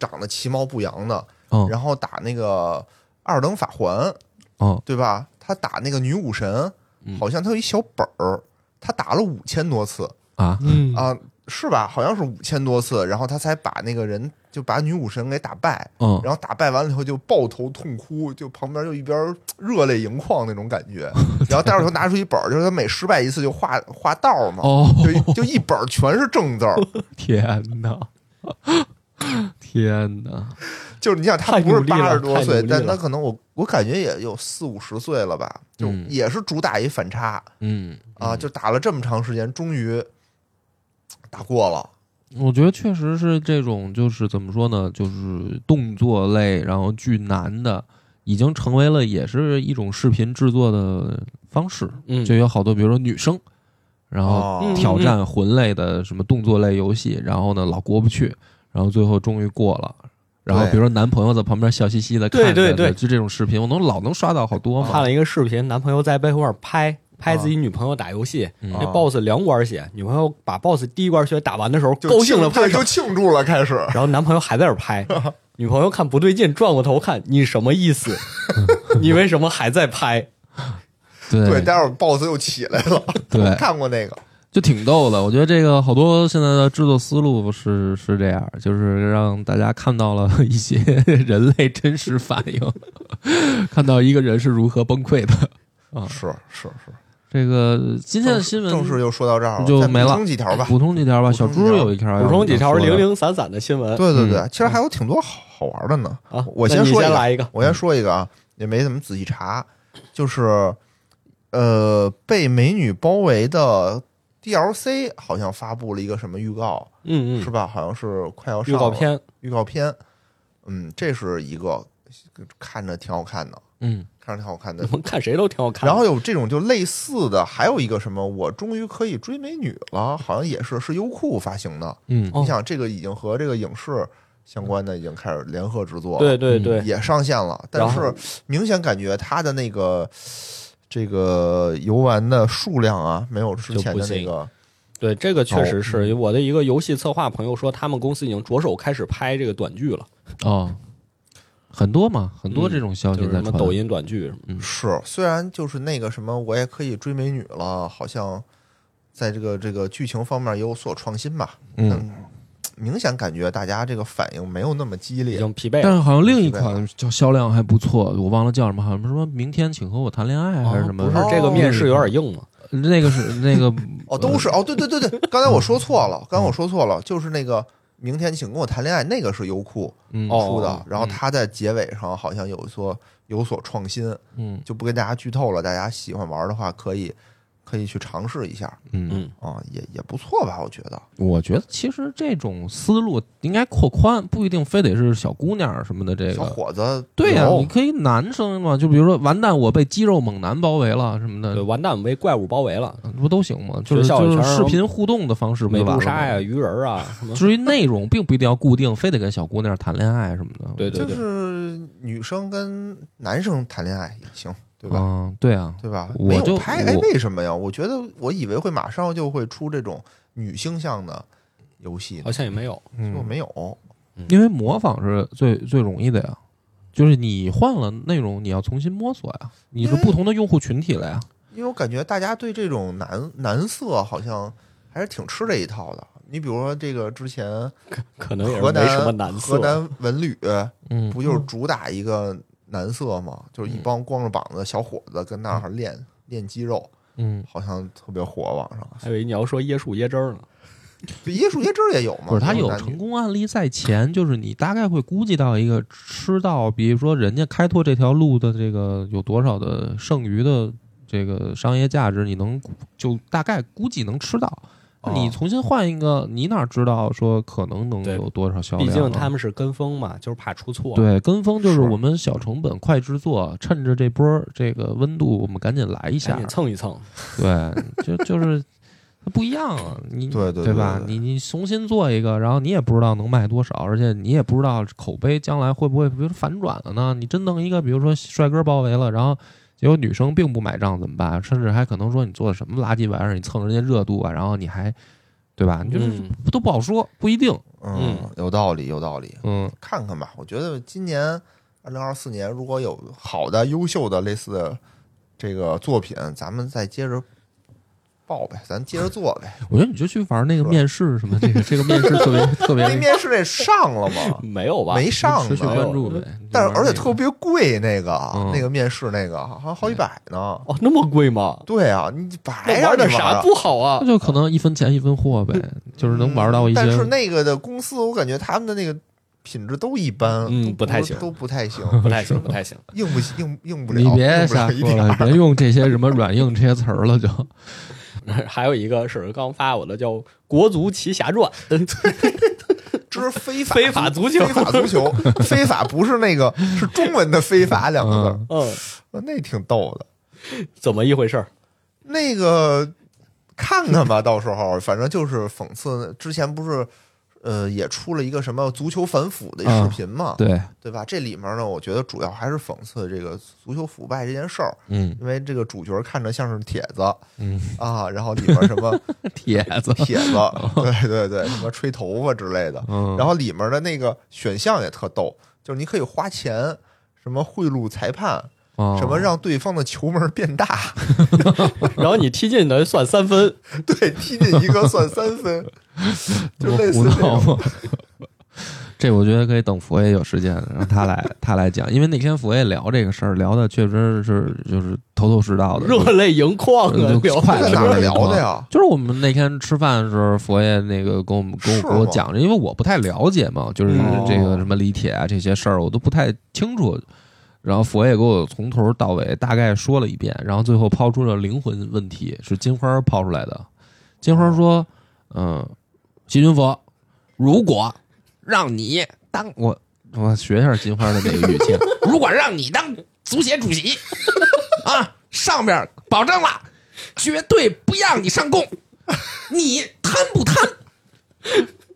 B: 长得其貌不扬的，
C: 哦
A: 嗯
B: 然后打那个二等法环，
A: 嗯，
B: 对吧？他打那个女武神，
A: 嗯
B: 好像他有一小本儿，他打了五千多次
A: 啊，
C: 嗯
B: 啊、是吧？好像是五千多次，然后他才把那个人就把女武神给打败，
C: 哦
A: 嗯，
B: 然后打败完了以后就抱头痛哭，就旁边就一边儿热泪盈眶那种感 觉，然后待会儿他拿出一本儿，就是他每失败一次就画画道儿嘛。
A: 哦，
B: 就就一本儿全是正字儿，
A: 天哪，天哪，
B: 就是你想他
C: 太
B: 不是
C: 努力了
B: 八十多
C: 太努
B: 岁
C: 力，
B: 但他
C: 了
B: 可能我我感觉也有四五十岁了吧，就
A: 嗯
B: 也是主打一反差
A: 嗯
B: 啊，就打了这么长时间，终于打过了，
A: 我觉得确实是这种，就是怎么说呢，就是动作类，然后巨难的，已经成为了也是一种视频制作的方式。
C: 嗯
A: 就有好多，比如说女生，然后
B: 哦
A: 挑战魂类的什么动作类游戏，然后呢老过不去，然后最后终于过了。然后
B: 对
A: 比如说男朋友在旁边笑嘻嘻的看着，
C: 对对对
A: 就这种视频，我能老能刷到好多嘛。
C: 看了一个视频，男朋友在背后拍拍
B: 啊
C: 自己女朋友打游戏，
A: 嗯
C: 那 boss 两管血，女朋友把 boss 第一管血打完的时候
B: 就
C: 高兴的
B: 庆对
C: 拍手
B: 就，庆祝了，开 始
C: 然后男朋友还在那儿 拍，女朋友看不对劲，转过头看你什么意思？ 你为什么还在拍？
B: 对，
A: 对
B: 待会儿 boss 又起来了，
A: 对
B: 我 看过那个，
A: 就挺逗的。我觉得这个好多现在的制作思路是是这样，就是让大家看到了一些人类真实反应， 看到一个人是如何崩溃的。啊
B: 是是是，
A: 这个今天的新闻
B: 正式就说到这儿了，
A: 就
B: 再
A: 没了
B: 补充几条吧，
A: 补充几条吧。
B: 补
A: 小
B: 充几条
A: 猪有一条要
C: 补
A: 说的，
C: 充几条零零散散的新闻
B: 对对对，
A: 嗯
B: 其实还有挺多好好玩的呢，
C: 啊！
B: 我
C: 那
B: 先
C: 你
B: 说一
C: 先
B: 个
C: 来一个，
B: 我先说一个啊，也没怎么仔细查，就是呃，被美女包围的 DLC 好像发布了一个什么预告，
C: 嗯
B: 是
C: 嗯，
B: 吧？好像是快要上
C: 预告
B: 了，
C: 片
B: 预告片，嗯，这是一个看着挺好看的，
A: 嗯，
B: 看着挺好看的
C: 我。们看谁都挺好看的。
B: 然后有这种就类似的，还有一个什么，我终于可以追美女了，好像也是是优酷发行的。
A: 嗯
C: 哦
B: 你想，这个已经和这个影视相关的已经开始联合制作了，
C: 对对对，
B: 也上线了，但
C: 然后
B: 是明显感觉它的那个这个游玩的数量啊，没有之前的那个
C: 对，这个确
B: 哦
C: 实是我的一个游戏策划朋友说，他们公司已经着手开始拍这个短剧了，
A: 哦，很多嘛，很多这种消
C: 嗯
A: 息
C: 就是
A: 哦在
C: 什么
A: 传。
C: 抖音短剧什么。
B: 是，虽然就是那个什么，我也可以追美女了，好像在这个这个剧情方面有所创新吧，
A: 嗯，
B: 嗯，明显感觉大家这个反应没有那么激
C: 已
B: 烈
C: 经疲惫
A: 但
C: 了，
A: 是好像另一
B: 是这样
A: 款叫销量还不错，我忘了叫什么，好像什么明天请和我谈恋爱还是什么，
C: 哦不是这个面试有点硬嘛？
A: 那个是那个
B: 哦，都是哦，对对对 对，刚才我说错
C: 嗯
B: 了，刚才我说错了，就是那个明天请跟我谈恋爱，那个是优酷
A: 嗯
C: 哦
B: 出的，然后他在结尾上好像有所有所创新，啊
A: 嗯
B: 就不跟大家剧透了，大家喜欢玩的话可以可以去尝试一下
A: 嗯，
C: 嗯，
B: 啊、也也不错吧，我觉得。
A: 我觉得其实这种思路应该扩宽，不一定非得是小姑娘什么的这
B: 小
A: 个。
B: 伙子，
A: 对呀、
B: 有
A: 你可以男生嘛，就比如说完蛋，我被肌肉猛男包围了什么
C: 对，
A: 的，嗯
C: 完蛋被怪物包围了，
A: 不都行吗？就是
C: 学校
A: 就
C: 里
A: 是
C: 全是
A: 视频互动的方式不
C: 美
A: 就完
C: 杜
A: 了
C: 莎呀、
A: 吗？
C: 鱼人儿啊 什么，
A: 至于内容，并不一定要固定，非得跟小姑娘谈恋爱什么的。
C: 对对
B: 就
C: 对，
B: 是女生跟男生谈恋爱也行，对吧？
A: 嗯，对啊，
B: 对吧？
A: 我
B: 没有
A: 就
B: 拍，哎，
A: 我
B: 为什么呀？我觉得我以为会马上就会出这种女性向的游戏呢，
C: 好像也没有。
A: 嗯
B: 就没有。
A: 因为模仿是最最容易的呀，就是你换了内容，你要重新摸索呀，你是不同的用户群体了呀。
B: 因为我感觉大家对这种男男色好像还是挺吃这一套的。你比如说这个之前
C: 可能也
B: 河
C: 是没什么
B: 南
C: 难
B: 河
C: 色。
B: 南文旅
A: 嗯，
B: 不就是主打一个男色嘛，就是一帮光着膀子的小伙子跟那儿练练肌肉，
A: 嗯，
B: 好像特别火。网上
C: 还以为你要说椰树椰汁儿呢，
B: 椰树椰汁儿也有嘛？
A: 不是，它有
B: 男
A: 成
B: 女
A: 功案例在前，就是你大概会估计到一个吃到，比如说人家开拓这条路的这个有多少的剩余的这个商业价值，你能估就大概估计能吃到。那你
B: 哦
A: 重新换一个，你哪知道说可能能
C: 对
A: 有多少销量
C: 毕
A: 啊？
C: 竟他们是跟风嘛，就是怕出错。
A: 对，跟风就是
B: 是
A: 我们小成本快制作，趁着这波儿这个温度，我们赶紧来一
C: 赶
A: 下
C: 紧。蹭一蹭，
A: 对，就就是它不一样啊， 你
B: 对对
A: 吧？
B: 对对
A: 你你重新做一个，然后你也不知道能卖多少，而且你也不知道口碑将来会不会，比如说反转了呢？你真弄一个，比如说帅哥包围了，然后。结果女生并不买账怎么办？甚至还可能说你做的什么垃圾玩意儿，你蹭人家热度啊，然后你还，对吧？你就是、
C: 嗯
A: 都不好说，不一定。
B: 嗯
C: 嗯，
B: 有道理，有道理。
A: 嗯，
B: 看看吧，我觉得今年二零二四年如果有好的、优秀的类似的这个作品，咱们再接着报呗，咱接着做呗。
A: 我觉得你就去玩那个
B: 是吧
A: 面试什么，这个这个面试特 别特别
B: 那面试那上了吗？
C: 没有吧？
B: 没上
A: 持续关
B: 呢，
A: 注呗。
B: 但是而且
A: 特
B: 特别贵，那个
A: 嗯
B: 那个面试那个好像好几百呢。
C: 哦，那么贵吗？
B: 对啊，你白
C: 那
B: 让
C: 玩
B: 你
C: 点
B: 玩
C: 啥
B: 啊
C: 不好啊
A: 那？就可能一分钱一分货呗，就是能玩到一些。
B: 嗯但是那个的公司，我感觉他们的那个品质都一般，
C: 嗯
B: 都
C: 不太行
B: 都不太行，
C: 不太行，不太行。
B: 硬不硬硬不了。
A: 你别
B: 硬不了
A: 瞎
B: 一
A: 说
B: 点儿
A: 了，别用这些什么软硬这些词儿了， 就
C: 还有一个是刚发我的叫《国足奇侠传》，
B: 这是非法
C: 非法足球
B: 非法足球，非法不是那个是中文的“非法”两个字
C: 嗯，
B: 儿，那挺逗的。
C: 怎么一回事儿？
B: 那个看看吧，到时候反正就是讽刺。之前不是呃也出了一个什么足球反腐的视频嘛，
A: 嗯对，
B: 对吧？这里面呢，我觉得主要还是讽刺这个足球腐败这件事儿，
A: 嗯，
B: 因为这个主角看着像是帖子，
A: 嗯
B: 啊，然后里面什么
A: 帖子，
B: 帖子，对对对，什么吹头发之类的，
A: 嗯，
B: 然后里面的那个选项也特逗，就是你可以花钱什么贿赂裁判，
A: 后
B: 什么让对方的球门变大，
C: 然后你踢进的算三分，
B: 对，踢进一个算三分，就类似
A: 胡
B: 这
A: 闹
B: 种。
A: 吗？ 这我觉得可以等佛爷有时间让他来他来讲，因为那天佛爷聊这个事儿聊的确实是就是头头是道的，
C: 热泪盈眶啊
A: 嗯！
C: 聊
A: 快
B: 在
A: 了
B: 哪儿聊的呀？
A: 就是我们那天吃饭的时候，佛爷那个跟我们跟我
B: 是吗
A: 跟我讲，因为我不太了解嘛，就是哦
C: 嗯
A: 这个什么李铁啊这些事儿，我都不太清楚。然后佛爷给我从头到尾大概说了一遍，然后最后抛出了灵魂问题，是金花抛出来的。金花说：“嗯，西君佛，如果让你当我我学一下金花的这个语气， 如果让你当足协主席 啊，上边保证了，绝对不让你上供，你贪不贪？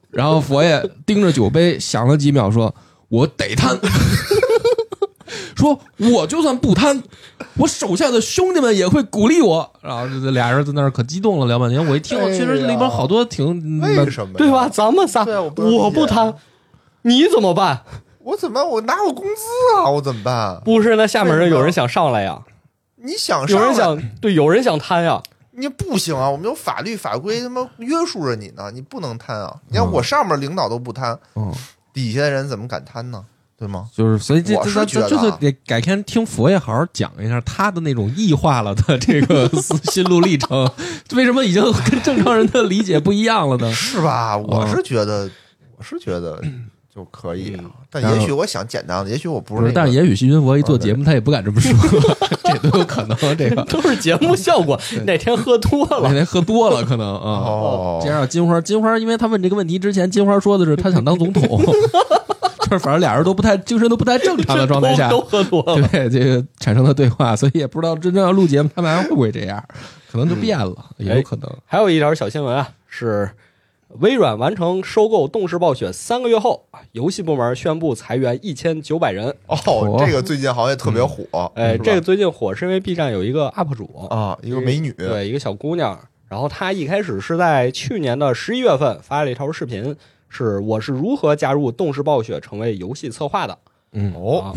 A: 然后佛爷盯着酒杯想了几秒，说：“我得贪。” 说：“我就算不贪，我手下的兄弟们也会鼓励我。”然后这俩人在那儿可激动了，聊半天。我一听，
B: 哎呀哎
A: 其实里边好多挺
B: 为什么？
C: 对吧？？咱们仨，
B: 对啊我不能理解
C: 我不贪，你怎么办？
B: 我怎么我拿我工资啊？我怎么办？
C: 不是，那下面人有人想上来呀，
B: 你想
C: 有
B: 上来
C: 人想对，有人想贪呀，
B: 你不行啊！我们有法律法规他妈约束着你呢，你不能贪啊！你看我上面领导都不贪，
A: 嗯，
B: 底下的人怎么敢贪呢？对吗？
A: 就是所以这
B: 我
A: 这
B: 是
A: 咱
B: 觉得
A: 这
B: 啊
A: 就是得改天听佛爷好好讲一下他的那种异化了的这个 心路历程，为什么已经跟正常人的理解不一样了呢？
B: 是吧？
A: 嗯
B: 我是觉得，我是觉得就可以
C: 嗯
B: 啊。但也许我想简单了，也许我不
A: 不
B: 是
A: 是，
B: 那个。
A: 但是也许西云佛一做节目，他也不敢这么说， 这都有可能。这个
C: 都是节 目效果。哪天喝多
A: 那
C: 了，
A: 天喝多了可能啊。
B: 哦
A: 接，着金花，金花，因为他问这个问题之前，金花说的是她想当 总统，就是反正俩人都不太精神都不太正常的状态下，
C: 都都喝多了。
A: 对这个产生的对话，所以也不知道真正要录节目，他们还会不会这样，可能就变了，
B: 哎
A: 也有可能。
C: 还有一条小新闻啊，是微软完成收购动视暴雪三个月后，游戏部门宣布裁员一千九百人。
B: 哦，这个最近好像也特别火。
A: 嗯
C: 哎，
B: 是吧
C: 这个最近火是因为 B 站有一个 UP 主，
B: 啊，一个美女，
C: 对，一个小姑娘。然后她一开始是在去年的十一月份发了一条视频，是我是如何加入动视暴雪成为游戏策划的。啊
A: 嗯，
B: 哦，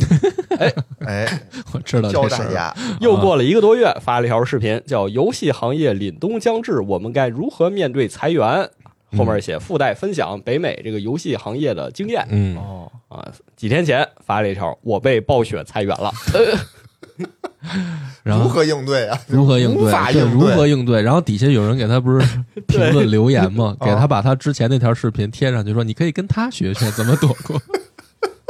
C: 哎
B: 哎，
A: 我 知道
B: 教
A: 这事
B: 大
A: 儿。
B: 家
C: 又过了一个多月，发了一条视频，叫《游戏行业凛冬将至，我们该如何面对裁员》。
A: 嗯
C: 后面写附带分享北美这个游戏行业的经验
A: 嗯，
B: 哦，
C: 啊。几天前发了一条，我被暴雪裁员了。
A: 然
B: 如
A: 后
B: 何应对啊？
A: 如何应
B: 无
A: 对？
B: 法
A: 对，
B: 应
A: 如
B: 对
A: 何应对？然后底下有人给他 不是评论留言嘛，给
B: 哦
A: 他把他之前那条视频贴上去，说你可以跟他学学怎么躲过，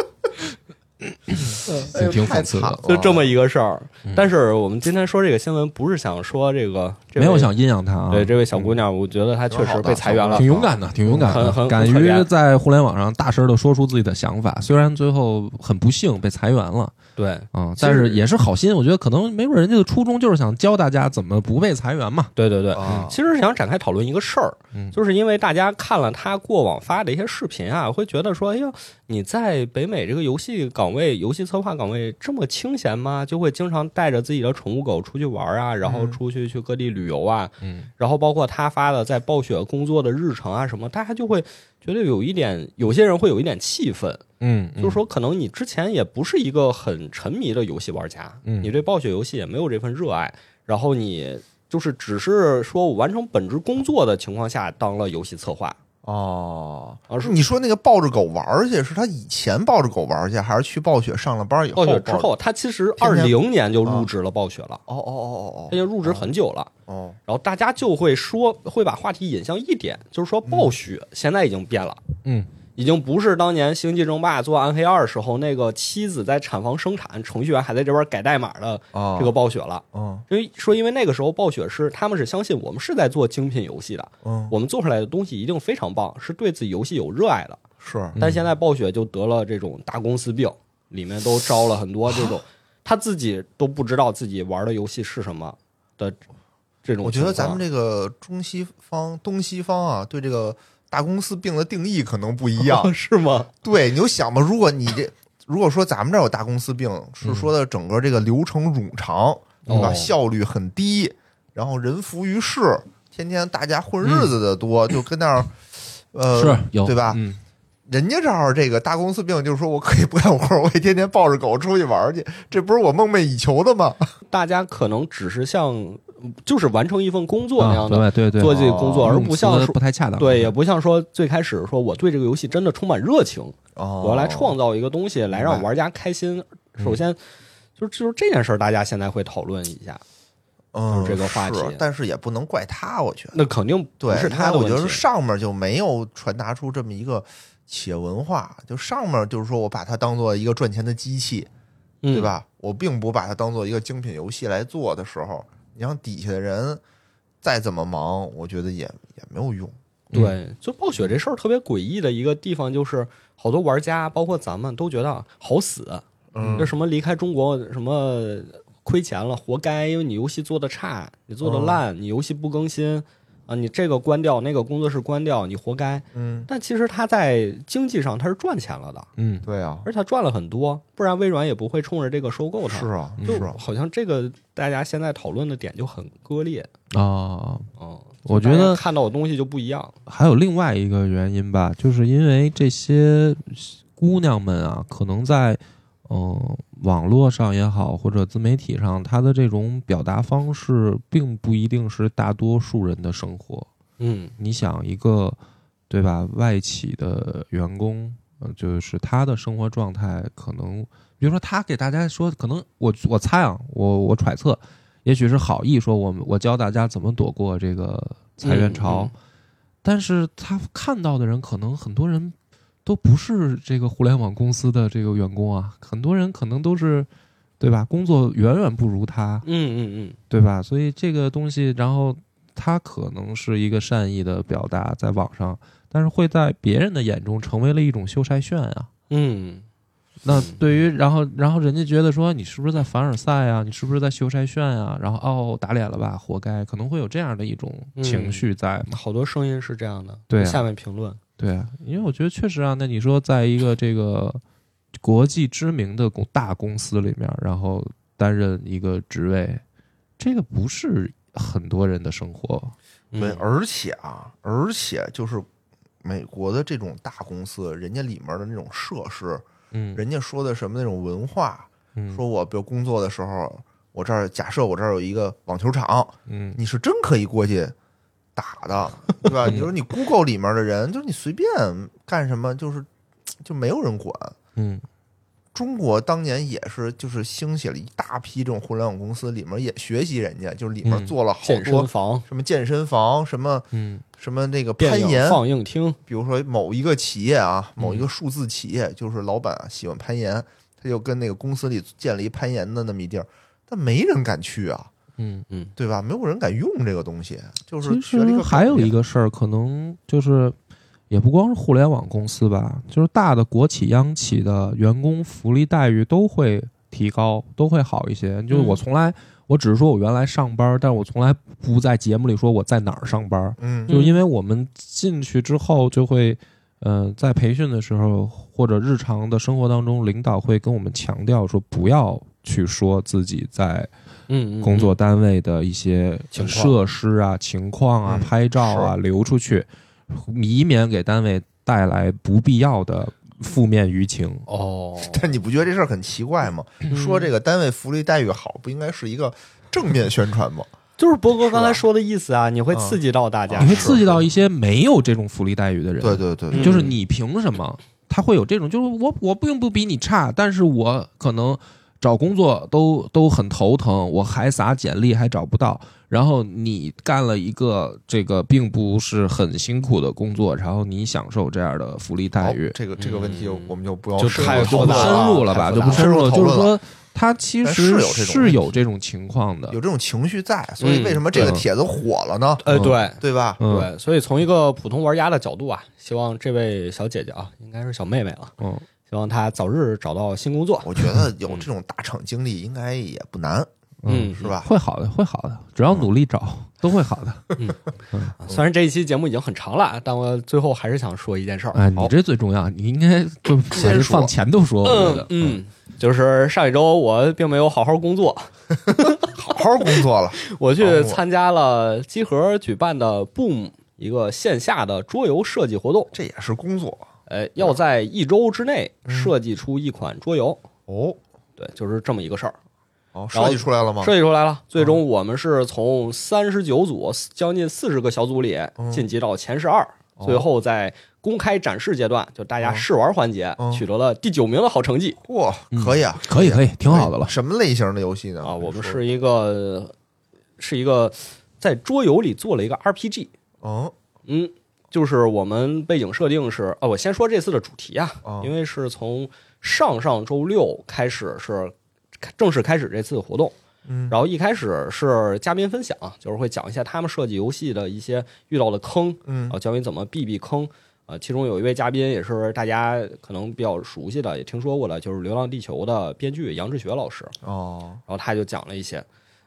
B: 哎呦
A: 挺
B: 太
A: 讽刺的
B: 惨了
C: 就
A: 哦
C: 这么一个事儿。
A: 嗯
C: 但是我们今天说这个新闻，不是想说这个，这
A: 没
C: 位
A: 有想阴阳他啊。
C: 对这位小姑娘，我觉得她确实被裁员了
A: 挺。勇敢的，挺勇敢
C: 很很
A: 的，敢
C: 很可
A: 于
C: 怜
A: 在互联网上大声的说出自己的想法。虽然最后很不幸被裁员了
C: 对
A: 啊、但是也是好心。我觉得可能没准人家的初衷就是想教大家怎么不被裁员嘛。
C: 对对对，
B: 啊，
C: 其实是想展开讨论一个事儿
A: 哦嗯，
C: 就是因为大家看了他过往发的一些视频啊，会觉得说，哎呦，你在北美这个游戏岗位、游戏策划岗位这么清闲吗？就会经常带着自己的宠物狗出去玩啊，然后出去去各地旅游啊，
A: 嗯，
C: 然后包括他发的在暴雪工作的日程啊什么，大家就会觉得有一点，有些人会有一点气愤，
A: 嗯，
C: 就是说可能你之前也不是一个很沉迷的游戏玩家，
A: 嗯
C: 你对暴雪游戏也没有这份热爱，然后你就是只是说我完成本职工作的情况下当了游戏策划，
B: 哦，
C: 而是
B: 你说那个抱着狗玩儿去，是他以前抱着狗玩儿去，还是去暴雪上了班以后
C: 暴
B: 抱着？
C: 雪之后，他其实
B: 天
C: 二
B: 天
C: 零年就入职了暴雪了，
B: 哦，哦哦哦
C: 他
B: 哦
C: 就入职很久了。
B: 哦，
C: 然后大家就会说，会把话题引向一点，就
B: 嗯
C: 是说暴雪现在已经变了，
A: 嗯，
C: 已经不是当年《星际争霸》做《暗黑二》时候那个妻子在产房生产，程序员还在这边改代码的
B: 哦
C: 这个暴雪了。
B: 嗯
C: 因为说，因为那个时候暴雪是他们是相信我们是在做精品游戏的，
B: 嗯
C: 我们做出来的东西一定非常棒，是对自己游戏有热爱的。
B: 是
C: 但现在暴雪就得了这种大公司病，里面都招了很多这种他自己都不知道自己玩的游戏是什么的这种情况。
B: 我觉得咱们这个中西方、东西方啊，对这个大公司病的定义可能不一 样。
C: 是吗？
B: 对，你就想吧，如果你这，如果说咱们这儿有大公司病，是说的整个这个流程冗长，对吧？
C: 哦
B: 效率很低，然后人浮于事，天天大家混日子的 多，就跟那儿，呃，
A: 是有
B: 对吧
A: 嗯，
B: 人家这儿这个大公司病，就是说我可以不干活，我可以天天抱着狗出去玩儿去，这不是我梦寐以求的吗？
C: 大家可能只是像就是完成一份工作那
A: 啊
C: 样的、
A: 对对对，
C: 做这个工作，
A: 哦
C: 而
A: 用
C: 不像
A: 词
C: 说
A: 不太恰当。嗯
C: 对，也不像说最开始说我对这个游戏真的充满热情。
B: 哦
C: 我要来创造一个东西来让
B: 明白嗯
C: 玩家开心。首先，就是就是这件事儿，大家现在会讨论一下，
B: 嗯
C: 就是这个话题
B: 是但是也不能怪他，我觉得
C: 那肯定不
B: 对，
C: 是他
B: 因为
C: 的
B: 我
C: 问
B: 觉得
C: 题。
B: 上面就没有传达出这么一个企业文化，就上面就是说我把它当做一个赚钱的机器，
C: 嗯
B: 对？吧？我并不把它当做一个精品游戏来做的时候，你让底下的人再怎么忙，我觉得也也没有用。嗯
C: 对，就暴雪这事儿特别诡异的一个地方，就是好多玩家，包括咱们，都觉得好死，
B: 嗯
C: 这什么离开中国什么亏钱了，活该，因为你游戏做的差，你做
B: 哦
C: 的烂，你游戏不更新。啊，你这个关掉，那个工作室关掉，你活该。
B: 嗯，
C: 但其实他在经济上他是赚钱了的，
A: 嗯，
B: 对啊，
C: 而且他赚了很多，不然微软也不会冲着这个收购它。
B: 是啊，
C: 就是
B: 啊，
C: 好像这个大家现在讨论的点就很割裂
A: 啊，
C: 嗯，
A: 我觉得
C: 大家看到的东西就不一样。
A: 还有另外一个原因吧，就是因为这些姑娘们啊，可能在嗯、呃网络上也好，或者自媒体上，她的这种表达方式，并不一定是大多数人的生活。
C: 嗯
A: 你想一个对吧，外企的员工，呃，就是他的生活状态可能，比如说他给大家说，可能我我猜啊，我我揣测，也许是好意说我们我教大家怎么躲过这个裁员潮，
C: 嗯
A: 但是他看到的人可能很多人都不是这个互联网公司的这个员工啊，很多人可能都是对吧，工作远远不如他，
C: 嗯嗯
A: 对吧？所以这个东西，然后它可能是一个善意的表达在网上，但是会在别人的眼中成为了一种秀晒炫啊。
C: 嗯
A: 那对于然后然后人家觉得说你是不是在凡尔赛啊？你是不是在秀晒炫啊？然后哦打脸了吧，活该，可能会有这样的一种情绪在嘛？
C: 嗯，好多声音是这样的。
A: 对啊
C: 下面评论，
A: 对啊，因为我觉得确实啊，那你说在一个这个国际知名的公大公司里面，然后担任一个职位，这个不是很多人的生活。
B: 对，
C: 嗯
B: 而且啊，而且就是美国的这种大公司，人家里面的那种设施，
A: 嗯，
B: 人家说的什么那种文化，
A: 嗯
B: 说我比如工作的时候，我这儿假设我这儿有一个网球场，
A: 嗯
B: 你是真可以过去打 的，对吧？你说你 Google 里面的人，就是你随便干什么，就是就没有人管。
A: 嗯
B: 中国当年也是，就是兴起了一大批这种互联网公司，里面也学习人家，就是里面
A: 嗯
B: 做了好
C: 健
B: 多
C: 身房、
B: 什么健身房，什么
A: 嗯
B: 什么那个
C: 电
B: 攀
C: 影
B: 岩，
C: 放映厅，
B: 比如说某一个企业啊，
A: 嗯
B: 某一个数字企业，就是老板、啊、喜欢攀岩，他就跟那个公司里建了一攀岩的那么一地儿，但没人敢去啊，
A: 嗯，
B: 对吧？没有人敢用这个东西，就是
A: 其
B: 学了一
A: 实
B: 个
A: 还有一
B: 个
A: 个事儿，可能就是也不光是互联网公司吧，就是大的国企、央企的员工福利待遇都会提高，都会好一些。就是
B: 嗯
A: 我从来，我只是说我原来上班，但我从来不在节目里说我在哪儿上班，
B: 嗯
A: 就是因为我们进去之后就会。嗯，在培训的时候或者日常的生活当中，领导会跟我们强调说，不要去说自己在
C: 嗯，嗯
A: 工作单位的一些
C: 情况
A: 设施啊、情况啊、
B: 嗯
A: 拍照啊流出去，以免给单位带来不必要的负面舆情。
C: 哦，
B: 但你不觉得这事儿很奇怪吗？
C: 嗯
B: 说这个单位福利待遇好，不应该是一个正面宣传吗？
C: 就是波哥
B: 是吧嗯
C: 刚才说的意思啊，你会刺激到大家，
A: 你会
B: 是
A: 刺激到一些没有这种福利待遇的人。
B: 对对对，对
C: 嗯
A: 就是你凭什么？他会有这种，就是我我并不比你差，但是我可能找工作都都很头疼，我还撒简历还找不到，然后你干了一个这个并不是很辛苦的工作，然后你享受这样的福利待
B: 好
A: 遇，
B: 这个这个问题
C: 嗯
B: 我们就不要
C: 就
B: 哦深入
C: 太
B: 讨
A: 就
B: 论
C: 多
A: 不
C: 大
B: 了
A: 深
C: 了
A: 入了吧，
C: 太
A: 就
C: 复
A: 不
C: 杂了
A: 深入了，
B: 深
A: 就
B: 入
A: 是
B: 讨论
A: 说他其
B: 但
A: 实
B: 是有这种问
A: 是
B: 题
A: 有这种情况的
B: 有，这种情绪在，所以
C: 嗯
B: 为什么这个
A: 对
B: 帖子火了呢？
C: 呃，
A: 嗯
C: 对。
B: 对吧？
A: 嗯
C: 对，所以从一个普通玩家的角度啊，希望这位小姐姐啊，应该是小妹妹了，
A: 嗯，
C: 希望她早日找到新工作。
B: 我觉得有这种大厂经历应该也不难，
A: 嗯
C: 嗯，
B: 是吧？
A: 会好的，会好的，只要努力找都会好的。
C: 虽然这一期节目已经很长了，但我最后还是想说一件事儿。
B: 啊
A: 哎，你这最重要，你应该就
B: 先
A: 是
B: 说
A: 放前头说，我觉
C: 嗯
A: 得，
C: 嗯，就是上一周我并没有好好工作，
B: 好好工作了，
C: 我去
B: 哦
C: 参加了集合举办的 Boom 一个线下的桌游设计活动，
B: 这也是工作
C: 呃，要在一周之内
B: 嗯
C: 设计出一款桌游，
B: 哦。
C: 对，就是这么一个事儿。
B: 哦，
C: 然
B: 设
C: 后
B: 计出来了吗？
C: 设计出来了。最
B: 嗯
C: 终我们是从三十九组将近四十个小组里晋级到前十二，
B: 嗯哦
C: 最后在公开展示阶段，就大家试玩环节
B: 嗯
C: 取得了第九名的好成绩
B: 哇
A: 嗯，
B: 可以啊，
A: 可以可以，挺好的了。
B: 什么类型的游戏呢？
C: 啊！我们
B: 说
C: 是一个是一个在桌游里做了一个 RPG，
B: 嗯
C: 嗯。就是我们背景设定是，哦，我先说这次的主题啊，
B: 哦
C: 因为是从上上周六开始是正式开始这次活动，
B: 嗯，
C: 然后一开始是嘉宾分享，就是会讲一下他们设计游戏的一些遇到的坑，
B: 嗯
C: 啊，教你怎么避避坑。呃，其中有一位嘉宾也是大家可能比较熟悉的，也听说过的，就是《流浪地球》的编剧杨志学老师。
B: 哦
C: 然后他就讲了一些，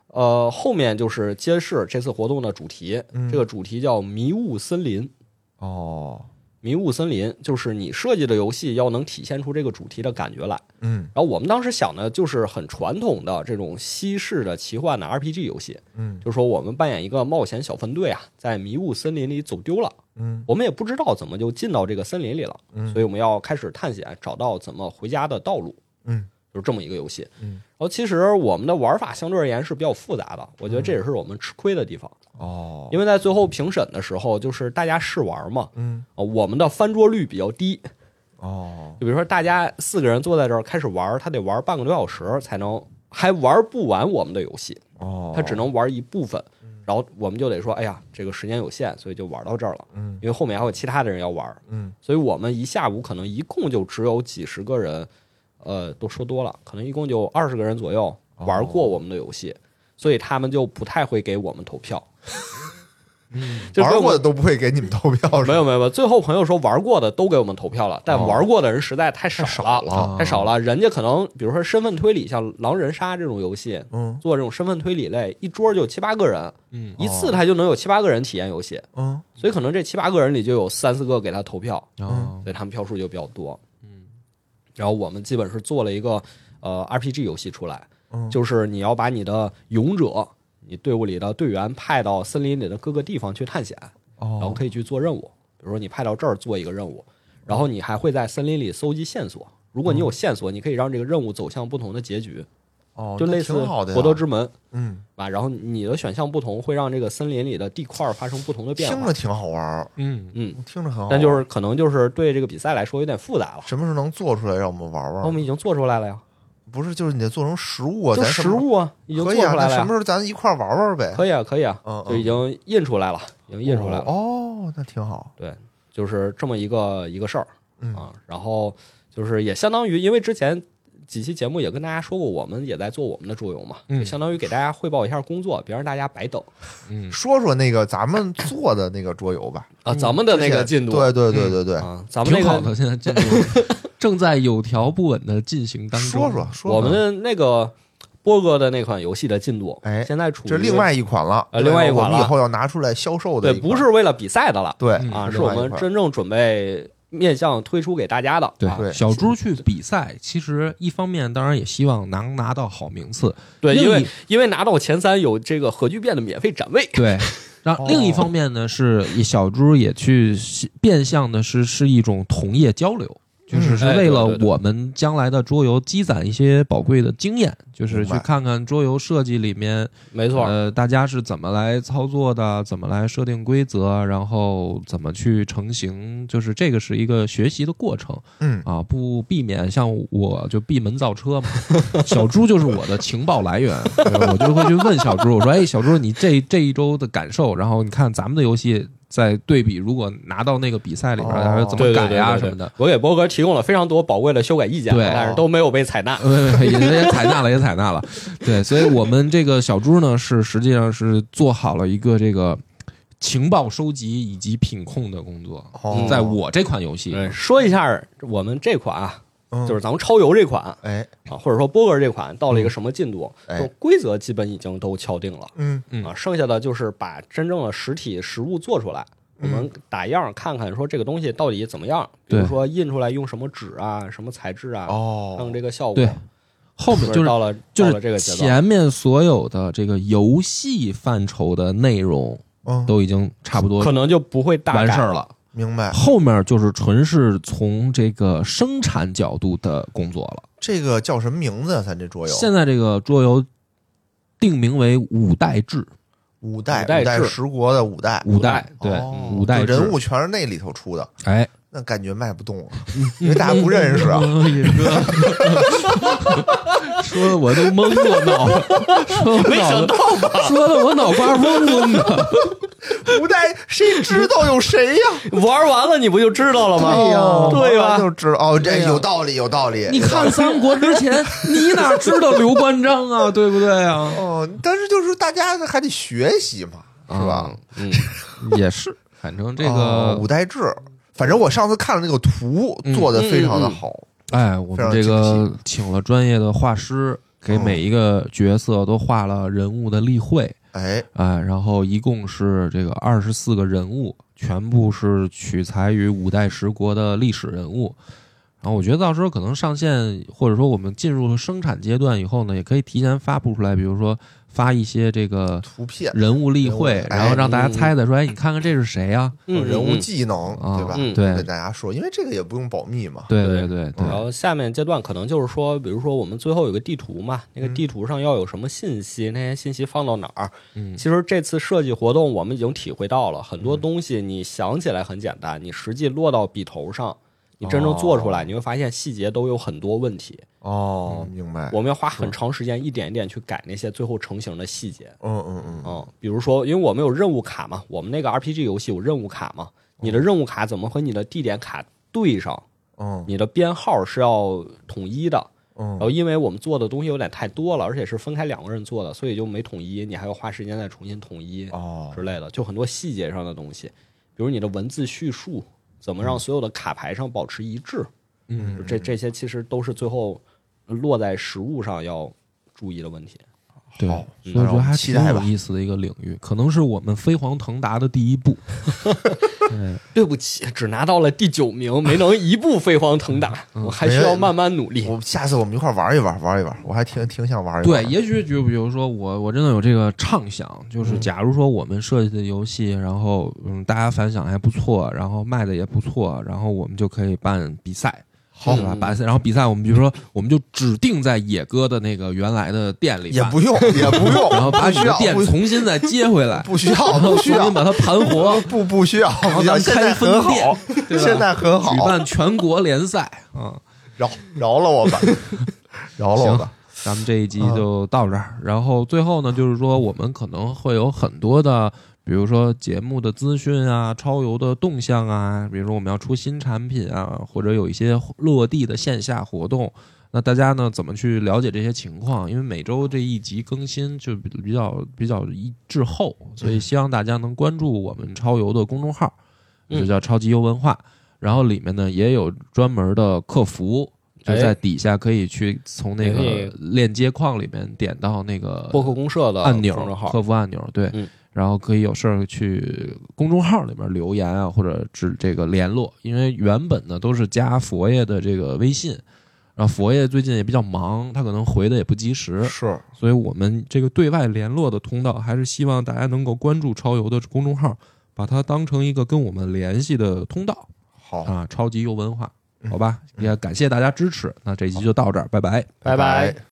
C: 呃，后面就是揭示这次活动的主题，
B: 嗯
C: 这个主题叫“迷雾森林”。
B: 哦
C: 迷雾森林就是你设计的游戏要能体现出这个主题的感觉来。
B: 嗯
C: 然后我们当时想的就是很传统的这种西式的奇幻的 RPG 游戏，
B: 嗯
C: 就说我们扮演一个冒险小分队啊，在迷雾森林里走丢了，
B: 嗯
C: 我们也不知道怎么就进到这个森林里了，
B: 嗯
C: 所以我们要开始探险，找到怎么回家的道路，
B: 嗯
C: 就是这么一个游戏。
B: 嗯
C: 然后其实我们的玩法相对而言是比较复杂的，我觉得这也是我们吃亏的地方，
B: 嗯哦，
C: 因为在最后评审的时候，就是大家试玩嘛，
B: 嗯
C: 呃我们的翻桌率比较低，
B: 哦，
C: 就比如说大家四个人坐在这儿开始玩，他得玩半个多小时才能还玩不完我们的游戏，
B: 哦，
C: 他只能玩一部分。
B: 嗯
C: 然后我们就得说，哎呀，这个时间有限，所以就玩到这儿了。
B: 嗯
C: 因为后面还有其他的人要玩，
B: 嗯
C: 所以我们一下午可能一共就只有几十个人，呃，都说多了，可能一共就二十个人左右
B: 哦
C: 玩过我们的游戏，所以他们就不太会给我们 投票。就跟
B: 玩
C: 我
B: 过的都不会给你们投票，是吧
C: 没有没有没有，最后朋友说玩过的都给我们投票了，但
B: 哦
C: 玩过的人实在太少了，
B: 了
C: 太少了。人家可能比如说身份推理，像狼人杀这种游戏，
B: 嗯
C: 做这种身份推理类，一桌就七八个人，
A: 嗯
C: 一次他就能有七八个人体验游戏，
B: 嗯
C: 所以可能这七八个人里就有三四个给他投票，
B: 嗯
A: 啊
C: 所以他们票数就比较多。
A: 嗯
C: 然后我们基本是做了一个呃 RPG 游戏出来，
B: 嗯
C: 就是你要把你的勇者，你队伍里的队员派到森林里的各个地方去探险，然后
B: 哦嗯
C: 可以去做任务。比如说你派到这儿做一个任务，然后你还会在森林里搜集线索。如果你有线索，你可以让这个任务走向不同的结局，
B: 嗯哦，
C: 就
B: 那
C: 类似
B: 挺好的
C: 《
B: 呀
C: 博德之门》
B: 嗯，
C: 吧。然后你的选项不同，会让这个森林里的地块发生不同的变
B: 听
C: 化
B: 着。挺好玩儿，
A: 嗯
C: 嗯，
B: 听着很好玩儿，
C: 但就是可能就是对这个比赛来说有点复杂了。
B: 什么时候能做出来让我们玩
C: 那我
B: 玩？
C: 们已经做出来了呀，
B: 不是，就是你得做成实物啊，
C: 哦就
B: 咱什
C: 实
B: 么
C: 物啊，已经
B: 可
C: 做
B: 以啊，
C: 出来
B: 那
C: 了
B: 什
C: 呀
B: 么时。候咱一块儿玩玩呗？
C: 可以啊，可以啊，
B: 嗯嗯
C: 就已经印出来了，已经印出来了，
B: 哦，那挺好。
C: 就是这么一个一个事儿
B: 嗯
C: 啊。然后就是也相当于，因为之前几期节目也跟大家说过，我们也在做我们的桌游嘛，
A: 嗯
C: 就相当于给大家汇报一下工作，别让大家白等
A: 嗯
B: 说说那个咱们做的那个桌游吧，
C: 啊。咱们的那个进度，
B: 嗯对对对对对，
C: 啊，咱们
A: 挺好
C: 那个
A: 的，现在进度正在有条不紊的进行当中。
B: 说说说，
C: 嗯我们的那个波哥的那款游戏的进度，
B: 哎
C: 现在处于
B: 这另外一款了，
C: 呃另外一
B: 对吧
C: 款
B: 我们
C: 了
B: 以后要拿出来销售的
C: 对，
B: 一款，
C: 不是为了比赛的了
B: 对
A: 嗯
C: 啊，
B: 是
C: 是我
B: 另外一
C: 们
B: 款
C: 真正准备面向推出给大家的。
A: 对
C: 啊
B: 对
A: 小猪去比赛，其实一方面当然也希望能拿到好名次，
C: 对，
A: 另
C: 因为
A: 一
C: 因为拿到前三有这个核聚变的免费展位，
A: 对，然后另一方面呢是小猪也去变相的是是一种同业交流。就是是
C: 哎
A: 为
C: 对
A: 了
C: 对对
A: 我们将来的桌游积攒一些宝贵的经验，就是去
B: 明白
A: 看看桌游设计里面
C: 没错，
A: 呃，大家是怎么来操作的？怎么来设定规则？然后怎么去成型？就是这个是一个学习的过程
B: 嗯
A: 啊，不避免像我就闭门造车 嘛。小猪就是我的情报来源，对我就会去问小猪，我说：“哎，小猪，你这这一周的感受？然后你看咱们的游戏在对比，如果拿到那个比赛里边，
B: 哦
A: 然后怎么
C: 对对
A: 改
C: 对
A: 呀、
C: 对
A: 什
C: 对
A: 么的。”
C: 我给波哥提供了非常多宝贵的修改意见，啊
A: 对
C: 但是都没有被采纳。
A: 呃， 也也采纳了，也采纳了。对，所以我们这个小猪呢，是实际上是做好了一个这个情报收集以及品控的工
C: 嗯
A: 作，
B: 哦，
A: 在我这款游戏，
C: 对，说一下我们这款啊，
B: 嗯
C: 就是咱们超游这款啊，
B: 哎
C: 或者说波哥这款到了一个什么进度？
B: 哎
C: 就规则基本已经都敲定了
B: 嗯
A: 嗯
C: 啊，剩下的就是把真正的实体实物做出来。我们打样看看，说这个东西到底怎么样？比如
A: 对
C: 说印出来用什么纸啊，什么材质啊，
B: 哦
C: 让这个效果。
A: 对后面就是
C: 到了
A: 就
C: 到了这
A: 是
C: 个阶段，
A: 前面所有的这个游戏范畴的内容
B: 嗯，
A: 都已经差不
C: 可
A: 多
C: 能就不会大
A: 完
C: 改
A: 事儿了，
B: 明白。
A: 后面就是纯是从这个生产角度的工作了。
B: 这个叫什么名字啊？咱这桌游
A: 现在这个桌游定名为五代制，
B: 五代
C: 五代
B: 五代
C: 制
B: 十国的五代，
A: 五代
B: 哦
A: 对
B: 哦
A: 五代
B: 就
A: 制
B: 人物全是那里头出的，
A: 哎，
B: 那感觉卖不 动啊，因为大家不认识啊。
A: 嗯野哥，说的我都懵了脑，说我脑子，说的我脑瓜嗡嗡的。
B: 五代谁知道有谁呀？
C: 玩完了你不就知道了吗？
B: 哦
C: 对
B: 完了
C: 吧？
B: 就知道哦，这
A: 对呀
B: 有道理，有道理。
A: 你
B: 有道
A: 看
B: 理
A: 三国之前，你哪知道刘关张啊？对不对啊？
B: 哦，但是就是大家还得学习嘛，是吧？
C: 嗯，
A: 也是，反正这
B: 哦
A: 个
B: 五，代制，反正我上次看了那个图
A: 嗯
B: 做的非常的好，
A: 哎，我们这个请了专业的画师，
B: 哦
A: 给每一个角色都画了人物的例会。
B: 哎，
A: 哎，然后一共是这个二十四个人物，全部是取材于五代十国的历史人物。然后我觉得到时候可能上线，或者说我们进入了生产阶段以后呢，也可以提前发布出来，比如说发一些这个
B: 图片、哦
A: 人物例
B: 人
A: 会
B: 物，哎
A: 然后让大家猜猜说，哎，你看看这是谁呀、
C: 嗯
B: 人物
C: 嗯
B: 技能，
A: 啊？
B: 对吧？
A: 嗯
B: 给
A: 对
B: 大家说，因为这个也不用保密嘛。
A: 对对对
B: 嗯
A: 对
C: 然后下面阶段可能就是说，比如说我们最后有个地图嘛，
A: 嗯
C: 那个地图上要有什么信息，那些信息放到哪儿？
A: 嗯
C: 其实这次设计活动我
A: 哦
C: 们已经体会到了很多东西，你想起来很简单，你实际落到笔头上，你真正做出
B: 哦
C: 来，你会发现细节都有很多问题。
B: 哦，明白。
C: 我们要花很长时间一点一点去改那些最后成型的细节。
B: 嗯嗯
A: 哦
B: 嗯，
C: 嗯，比如说，因为我们有任务卡嘛，我们那个 RPG 游戏有任务卡嘛，你
A: 哦
C: 的任务卡怎么和你的地点卡对上？
B: 嗯
C: 你的编号是要统一
A: 哦
C: 的。然
B: 嗯
C: 后，因为我们做的东西有点太多了，而且是分开两个人做的，所以就没统一，你还要花时间再重新统一
B: 哦
C: 之类的，就很多细节上的东西，比如你的文字叙述怎么让所有的卡牌上保持一致，
A: 嗯
C: 就这这些其实都是最后落在实物上要注意的问题。
A: 对，
B: 好
A: 所以我觉得
B: 那让我
A: 还
B: 们
A: 挺
B: 期待
A: 有
B: 吧
A: 意思的一个领域，可能是我们飞黄腾达的第一步。对，
C: 对不起，只拿到了第九名，没能一步飞黄腾达，我还需要慢慢努力。
B: 我下次我们一块儿玩一玩，玩一玩，我还挺挺想玩一
A: 对
B: 玩，。，
A: 也许就比如说我，我真的有这个畅想，
B: 嗯
A: 就是假如说我们设计的游戏，然后嗯，大家反响还不错，然后卖的也不错，然后我们就可以办比赛，
B: 好嗯
A: 对吧？办然后比赛，我们比如说，我们就指定在野哥的那个原来的店里
B: 也
A: 办，
B: 不用，也不用，
A: 然后把
B: 不
A: 你
B: 需
A: 的
B: 要，
A: 店
B: 不
A: 重新再接回来，
B: 不需要，
A: 然 后
B: 不需
A: 重
B: 要
A: 新，把它盘活，
B: 不不需要，
A: 然后
B: 不
A: 咱
B: 需要
A: 们
B: 现
A: 开
B: 在
A: 分
B: 很
A: 店
B: 好，，
A: 对吧
B: 现在很好
A: 举，办全国联赛
B: 嗯
A: 啊。
B: 饶饶了我吧， 饶了我吧，
A: 咱们这一集
C: 嗯
A: 就到这儿。然后最后呢，就是说我们可能会有很多的，比如说节目的资讯啊、超游的动向啊，比如说我们要出新产品啊，或者有一些落地的线下活动。那大家呢，怎么去了解这些情况？因为每周这一集更新就比比较比较一滞后，所以希望大家能关注我们超游的公众号，
C: 嗯
A: 就叫超级游文化。然后里面呢也有专门的客服，就
C: 哎
A: 在底下可以去从那
C: 可以
A: 个呃链接框里面点到那个
C: 播客公社的
A: 按钮
C: 公众号，
A: 客服按钮，对
C: 嗯，
A: 然后可以有事儿去公众号里面留言啊，或者指这个联络，因为原本呢都是加佛爷的这个微信。然后佛爷最近也比较忙，他可能回的也不及时，
B: 是，
A: 所以我们这个对外联络的通道，还是希望大家能够关注超游的公众号，把它当成一个跟我们联系的通道
B: 好，
A: 啊，超级游文化，好吧？也感谢大家支持，那这期就到这儿，拜拜。
B: 拜
C: 拜拜